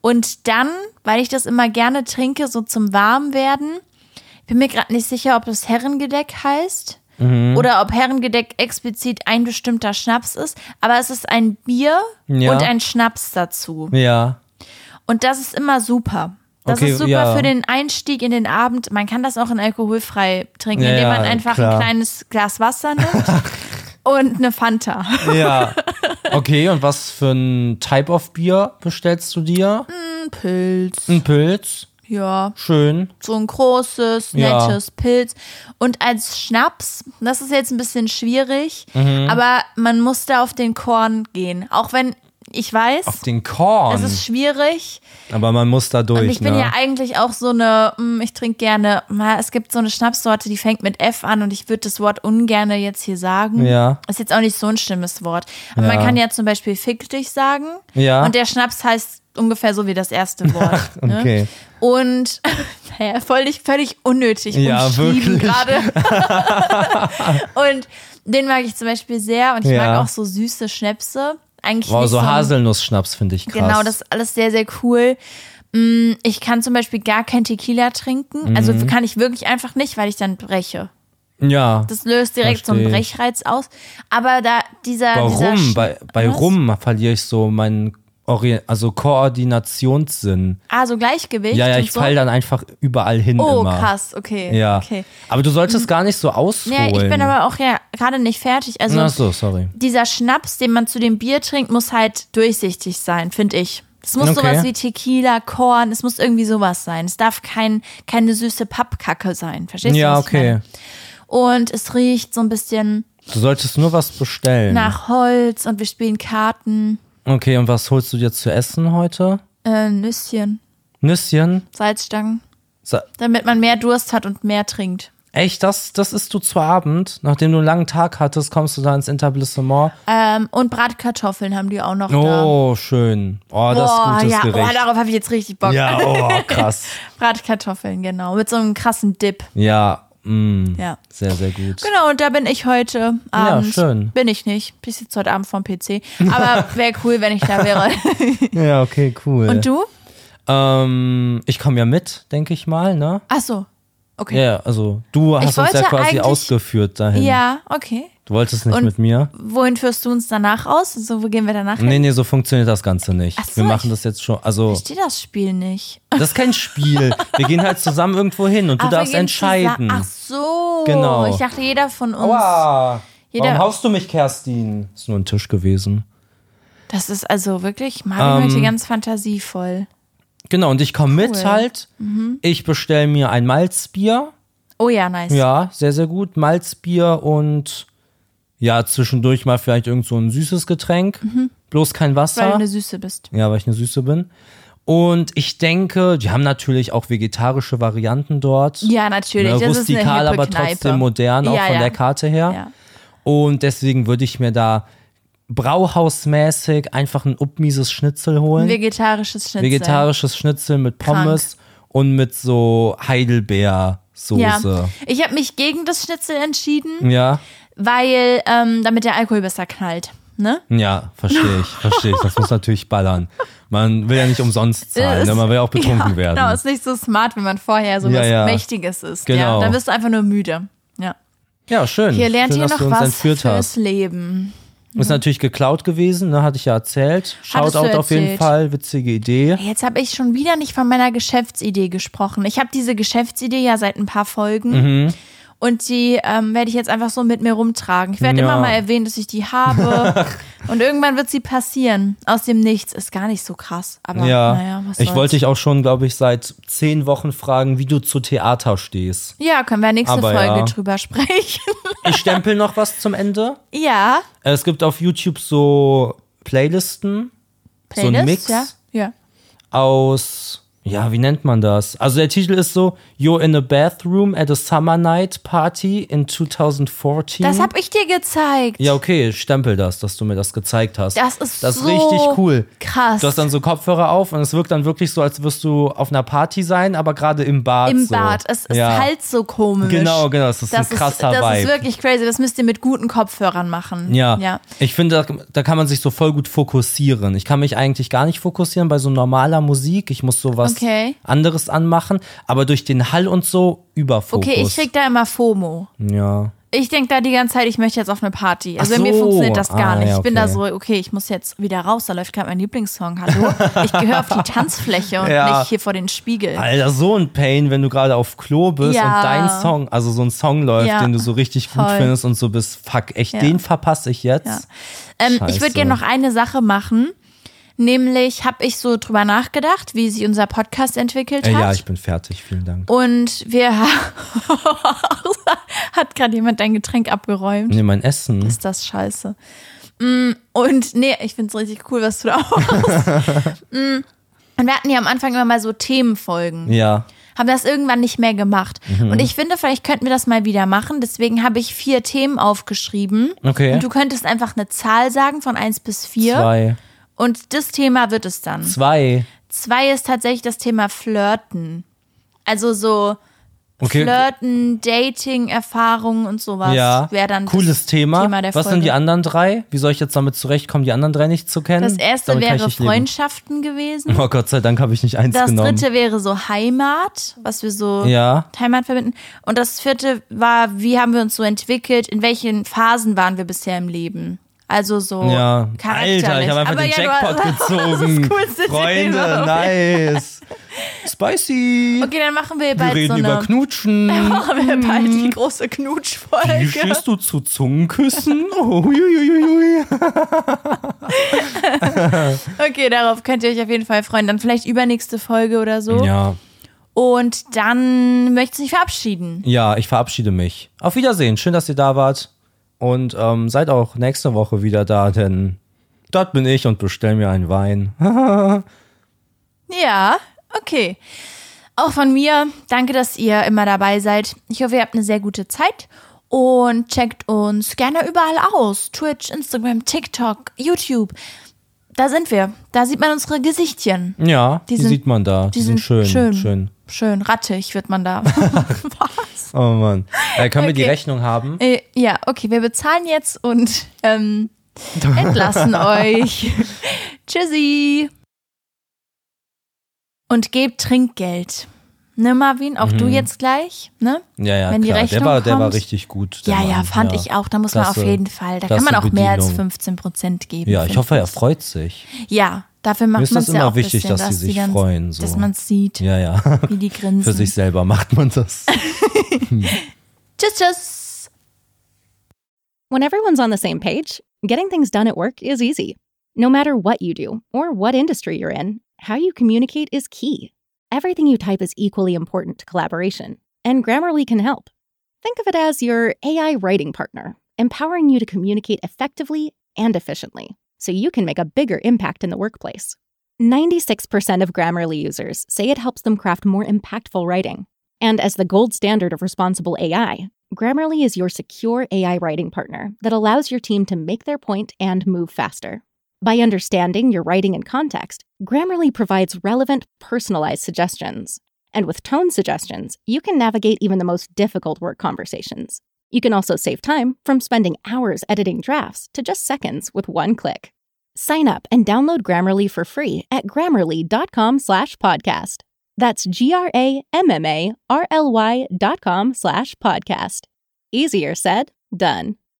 S1: Und dann, weil ich das immer gerne trinke, so zum Warmwerden, bin mir gerade nicht sicher, ob es Herrengedeck heißt.
S2: Mhm.
S1: Oder ob Herrengedeck explizit ein bestimmter Schnaps ist, aber es ist ein Bier
S2: Ja.
S1: und ein Schnaps dazu.
S2: Ja.
S1: Und das ist immer super. Das
S2: Okay,
S1: ist super
S2: ja.
S1: für den Einstieg in den Abend. Man kann das auch in alkoholfrei trinken,
S2: Ja,
S1: indem man
S2: ja,
S1: einfach
S2: klar.
S1: ein kleines Glas Wasser nimmt und eine Fanta.
S2: Ja. Okay, und was für ein Type of Bier bestellst du dir?
S1: Ein Pilz.
S2: Ein Pilz.
S1: Ja,
S2: Schön.
S1: so ein großes,
S2: Ja.
S1: nettes Pilz. Und als Schnaps, das ist jetzt ein bisschen schwierig,
S2: Mhm.
S1: aber man muss da auf den Korn gehen. Auch wenn ich
S2: Auf
S1: weiß,
S2: den
S1: es
S2: Korn.
S1: ist schwierig,
S2: Aber man muss da durch.
S1: Und ich bin
S2: ne?
S1: ja eigentlich auch so eine, mm, ich trinke gerne, na, es gibt so eine Schnapssorte, die fängt mit F an und ich würde das Wort ungerne jetzt hier sagen.
S2: Ja.
S1: Ist jetzt auch nicht so ein schlimmes Wort. Aber
S2: Ja.
S1: man kann ja zum Beispiel Fick dich sagen.
S2: Ja.
S1: Und der Schnaps heißt ungefähr so wie das erste Wort.
S2: okay.
S1: Ne? Und naja, völlig, völlig unnötig
S2: Ja,
S1: umschrieben
S2: wirklich.
S1: gerade. und den mag ich zum Beispiel sehr und ich
S2: Ja.
S1: mag auch so süße Schnäpse. Eigentlich
S2: Wow,
S1: nicht
S2: so
S1: ein-
S2: Haselnuss-Schnaps finde ich krass.
S1: Genau, das ist alles sehr, sehr cool. Mm, Ich kann zum Beispiel gar kein Tequila trinken. Also
S2: Mhm.
S1: kann ich wirklich einfach nicht, weil ich dann breche.
S2: Ja.
S1: Das löst direkt so einen
S2: Versteh ich.
S1: Brechreiz aus. Aber da dieser.
S2: bei
S1: dieser
S2: Rum,
S1: Schn-
S2: bei, bei
S1: Was?
S2: Rum verliere ich so meinen Ori also Koordinationssinn.
S1: Ah, so Gleichgewicht.
S2: Ja, ja,
S1: und
S2: ich
S1: so.
S2: fall dann einfach überall hin
S1: Oh,
S2: immer.
S1: krass, okay.
S2: Ja.
S1: Okay.
S2: Aber du solltest gar nicht so ausholen.
S1: Ja, ich bin aber auch ja gerade nicht fertig. Also
S2: Ach so, sorry.
S1: dieser Schnaps, den man zu dem Bier trinkt, muss halt durchsichtig sein, finde ich. Es muss
S2: Okay.
S1: sowas wie Tequila, Korn, es muss irgendwie sowas sein. Es darf kein, keine süße Pappkacke sein. Verstehst du?
S2: Ja,
S1: was ich meine?
S2: okay.
S1: Und es riecht so ein bisschen
S2: Du solltest nur was bestellen.
S1: nach Holz und wir spielen Karten.
S2: Okay, und was holst du dir zu essen heute?
S1: Äh, Nüsschen,
S2: Nüsschen?
S1: Salzstangen,
S2: Sa
S1: damit man mehr Durst hat und mehr trinkt.
S2: Echt, das, das isst du zu Abend? Nachdem du einen langen Tag hattest, kommst du da ins Etablissement.
S1: Ähm, und Bratkartoffeln haben die auch noch da.
S2: Oh, schön. Oh, das ist
S1: Boah,
S2: gutes
S1: ja, oh,
S2: Gericht.
S1: darauf habe ich jetzt richtig Bock.
S2: ja, oh, krass.
S1: Bratkartoffeln, genau. Mit so einem krassen Dip.
S2: Ja, mm,
S1: Ja.
S2: sehr, sehr gut.
S1: Genau, und da bin ich heute
S2: Ja,
S1: Abend.
S2: schön.
S1: Bin ich nicht. Ich sitze heute Abend vorm PC. Aber wäre cool, wenn ich da wäre.
S2: Ja, okay, cool.
S1: Genau. Und du?
S2: Ähm, ich komme ja mit, denke ich mal, ne?
S1: Ach so. Okay.
S2: Ja, also du hast uns ja
S1: wollte
S2: quasi
S1: eigentlich-
S2: ausgeführt dahin.
S1: Ja, okay.
S2: Du wolltest nicht
S1: Und-
S2: mit mir.
S1: Wohin führst du uns danach aus? So, wo gehen wir danach hin?
S2: Nee, nee, so funktioniert das Ganze nicht.
S1: Ach so,
S2: Wir machen
S1: ich-
S2: das jetzt schon, also
S1: Ich verstehe das Spiel nicht.
S2: das ist kein Spiel. Wir gehen halt zusammen irgendwo hin und du
S1: Ach, wir
S2: darfst
S1: gehen zusammen-
S2: entscheiden.
S1: Ach so.
S2: genau.
S1: Ich dachte, jeder von uns.
S2: Aua.
S1: Jeder-
S2: Warum haust du mich, Kerstin? Ist nur ein Tisch gewesen.
S1: Das ist also wirklich Marvin
S2: Ähm.
S1: heute ganz fantasievoll.
S2: Genau, und ich komme
S1: Cool. Mhm.
S2: mit halt. Ich bestelle mir ein Malzbier.
S1: Oh ja, nice.
S2: Ja, sehr, sehr gut. Malzbier und ja, zwischendurch mal vielleicht irgend so ein süßes Getränk. Bloß kein Wasser.
S1: Mhm. Weil du eine Süße bist.
S2: Ja, weil ich eine Süße bin. Und ich denke, die haben natürlich auch vegetarische Varianten dort.
S1: Ja, natürlich.
S2: Ne,
S1: das ist
S2: rustikal,
S1: eine hippe
S2: aber
S1: Kneipe.
S2: trotzdem modern, auch
S1: Ja,
S2: von
S1: ja.
S2: der Karte her.
S1: Ja.
S2: Und deswegen würde ich mir da brauhausmäßig einfach ein upmieses Schnitzel holen.
S1: Ein vegetarisches Schnitzel.
S2: Vegetarisches Schnitzel mit
S1: Krank.
S2: Pommes und mit so
S1: Ja.
S2: Heidelbeersoße.
S1: Ich habe mich gegen das Schnitzel entschieden,
S2: Ja. ja,
S1: weil ähm, damit der Alkohol besser knallt. Ne?
S2: verstehe ich, verstehe ich. Das muss natürlich ballern. Man will ja nicht umsonst zahlen,
S1: Ist-
S2: ne? man will ja auch betrunken
S1: ja,
S2: werden.
S1: Genau, ist nicht so smart, wenn man vorher so
S2: Ja,
S1: was
S2: ja.
S1: Mächtiges ist. Ja,
S2: Genau.
S1: dann bist du einfach nur müde. Ja.
S2: ja, schön.
S1: Hier lernt
S2: schön,
S1: ihr
S2: dass du
S1: noch
S2: uns
S1: was
S2: entführt
S1: fürs
S2: hast.
S1: Leben.
S2: Ist natürlich geklaut gewesen, ne? hatte ich ja erzählt.
S1: Hattest du
S2: Shoutout auf jeden
S1: erzählt.
S2: Fall, witzige Idee.
S1: Jetzt habe ich schon wieder nicht von meiner Geschäftsidee gesprochen. Ich habe diese Geschäftsidee ja seit ein paar Folgen.
S2: Mhm.
S1: Und die ähm, werde ich jetzt einfach so mit mir rumtragen. Ich werde
S2: Ja.
S1: immer mal erwähnen, dass ich die habe. und irgendwann wird sie passieren. Aus dem Nichts. Ist gar nicht so krass. Aber
S2: Ja,
S1: naja, was
S2: ich
S1: soll's.
S2: wollte dich auch schon, glaube ich, seit zehn Wochen fragen, wie du zu Theater stehst.
S1: Ja, können wir nächste
S2: Aber
S1: Folge
S2: ja.
S1: drüber sprechen.
S2: Ich stempel noch was zum Ende.
S1: ja.
S2: Äh, Es gibt auf YouTube so Playlisten ein Mix?
S1: ja. Ja.
S2: aus, ja, wie nennt man das? Also der Titel ist so, You're in a Bathroom at a Summer Night Party in 2014.
S1: Das habe ich dir gezeigt.
S2: ja, okay, stempel das, dass du mir das gezeigt hast.
S1: Das ist
S2: das ist
S1: so
S2: richtig cool.
S1: krass.
S2: Du hast dann so Kopfhörer auf und es wirkt dann wirklich so, als wirst du auf einer Party sein, aber gerade im Bad.
S1: Im
S2: so.
S1: Bad. Es ist
S2: Ja.
S1: halt so komisch.
S2: Genau, genau, es ist
S1: Das
S2: ein
S1: ist,
S2: krasser
S1: das ist
S2: Vibe.
S1: wirklich crazy. Das müsst ihr mit guten Kopfhörern machen.
S2: Ja.
S1: ja.
S2: ich finde, da, da kann man sich so voll gut fokussieren. Ich kann mich eigentlich gar nicht fokussieren bei so normaler Musik. Ich muss so was
S1: Okay.
S2: anderes anmachen, aber durch den Hall und so überfokus.
S1: Okay, ich krieg da immer FOMO.
S2: ja.
S1: Ich denk da die ganze Zeit, ich möchte jetzt auf eine Party. Also
S2: Ach
S1: bei mir
S2: so.
S1: funktioniert das gar
S2: Ah,
S1: nicht.
S2: ja,
S1: Ich bin da
S2: okay.
S1: so, okay, ich muss jetzt wieder raus. Da läuft gerade mein Lieblingssong. Hallo, ich gehöre auf die Tanzfläche und
S2: Ja.
S1: nicht hier vor den Spiegel.
S2: Alter, so ein Pain, wenn du gerade auf Klo bist
S1: Ja.
S2: und dein Song, also so ein Song läuft,
S1: Ja.
S2: den du so richtig gut
S1: Voll.
S2: findest und so bist, fuck, echt,
S1: Ja.
S2: den verpasse ich jetzt.
S1: Ja. Ähm, ich würde
S2: Scheiße.
S1: gerne noch eine Sache machen. Nämlich habe ich so drüber nachgedacht, wie sich unser Podcast entwickelt
S2: Äh,
S1: hat.
S2: ja, ich bin fertig, vielen Dank.
S1: und wir hat gerade jemand dein Getränk abgeräumt.
S2: Nee, mein Essen.
S1: ist das scheiße. Mm, Und nee, ich find's richtig cool, was du da auch machst. Mm, Und wir hatten ja am Anfang immer mal so Themenfolgen.
S2: Ja. Mhm.
S1: Haben das irgendwann nicht mehr gemacht. Und ich finde, vielleicht könnten wir das mal wieder machen. Deswegen habe ich vier Themen aufgeschrieben.
S2: Okay.
S1: Und du könntest einfach eine Zahl sagen von eins bis vier
S2: Zwei.
S1: Und das Thema wird es dann.
S2: Zwei.
S1: Zwei ist tatsächlich das Thema Flirten. Also so
S2: Okay.
S1: Flirten, Dating, Erfahrungen und sowas.
S2: Ja,
S1: Wäre dann
S2: cooles
S1: das
S2: Thema.
S1: der
S2: Was sind
S1: Folge.
S2: die anderen drei? Wie soll ich jetzt damit zurechtkommen, die anderen drei nicht zu kennen?
S1: Das erste
S2: damit kann ich
S1: wäre
S2: nicht leben.
S1: Freundschaften gewesen.
S2: Oh Gott sei Dank habe ich nicht eins
S1: Das
S2: genommen.
S1: dritte wäre so Heimat, was wir so
S2: Ja.
S1: mit Heimat verbinden. Und das vierte war, wie haben wir uns so entwickelt, in welchen Phasen waren wir bisher im Leben. Also so
S2: ja,
S1: charakterlich.
S2: Alter, ich habe einfach
S1: Aber
S2: den
S1: ja, du
S2: Jackpot
S1: hast-
S2: gezogen.
S1: Das coolste
S2: Freunde,
S1: Thema.
S2: nice. Spicy.
S1: Okay, dann machen wir
S2: Hm. Wir
S1: bald so
S2: reden über
S1: eine. Oh
S2: Knutschen.
S1: Machen wir bald die große
S2: Wie
S1: Knutschfolge.
S2: stehst du zu Zungenküssen? Uiuiuiui.
S1: Oh. Okay, darauf könnt ihr euch auf jeden Fall freuen. Dann vielleicht übernächste Folge oder so.
S2: Ja,
S1: Und dann möchtest du dich verabschieden.
S2: ja, ich verabschiede mich. Auf Wiedersehen. Schön, dass ihr da wart. Und ähm, seid auch nächste Woche wieder da, denn dort bin ich und bestell mir einen Wein.
S1: Ja, okay. Auch von mir, danke, dass ihr immer dabei seid. Ich hoffe, ihr habt eine sehr gute Zeit und checkt uns gerne überall aus. Twitch, Instagram, TikTok, YouTube. Da sind wir. Da sieht man unsere Gesichtchen.
S2: Ja,
S1: Die
S2: die,
S1: sind-
S2: sieht man da. Die, sind, schön, schön.
S1: Schön, rattig wird man da. Was?
S2: Oh Mann. Äh, können wir die
S1: Okay.
S2: Rechnung haben?
S1: Äh, ja, okay, wir bezahlen jetzt und ähm, entlassen euch. Tschüssi. Und gebt Trinkgeld. Ne, Marvin, auch
S2: Mhm.
S1: du jetzt gleich, ne?
S2: Ja, ja,
S1: Wenn die
S2: klar.
S1: Rechnung
S2: der, war, der war
S1: kommt-
S2: richtig gut. der
S1: Ja, ja,
S2: Mann.
S1: fand ich auch. Da muss man
S2: Klasse.
S1: auf jeden Fall. Da
S2: Klasse
S1: kann man auch mehr als
S2: Bedienung.
S1: 15 Prozent geben.
S2: Ja,
S1: finde
S2: ich hoffe, er freut sich.
S1: Ja, dafür macht
S2: Mir ist
S1: man
S2: das
S1: es ja
S2: immer
S1: auch ein
S2: wichtig,
S1: bisschen,
S2: dass die sich
S1: ganz-
S2: freuen, so.
S1: Dass man es sieht,
S2: Ja, ja.
S1: wie die grinsen.
S2: Für sich selber macht man das.
S1: Tschüss, tschüss.
S3: When everyone's on the same page, getting things done at work is easy. No matter what you do or what industry you're in, how you communicate is key. Everything you type is equally important to collaboration, and Grammarly can help. Think of it as your AI writing partner, empowering you to communicate effectively and efficiently so you can make a bigger impact in the workplace. 96% of Grammarly users say it helps them craft more impactful writing. And as the gold standard of responsible AI, Grammarly is your secure AI writing partner that allows your team to make their point and move faster. By understanding your writing and context, Grammarly provides relevant, personalized suggestions. And with tone suggestions, you can navigate even the most difficult work conversations. You can also save time from spending hours editing drafts to just seconds with one click. Sign up and download Grammarly for free at grammarly.com slash podcast. That's G R A M M A R L Y dot com slash podcast. Easier said, done.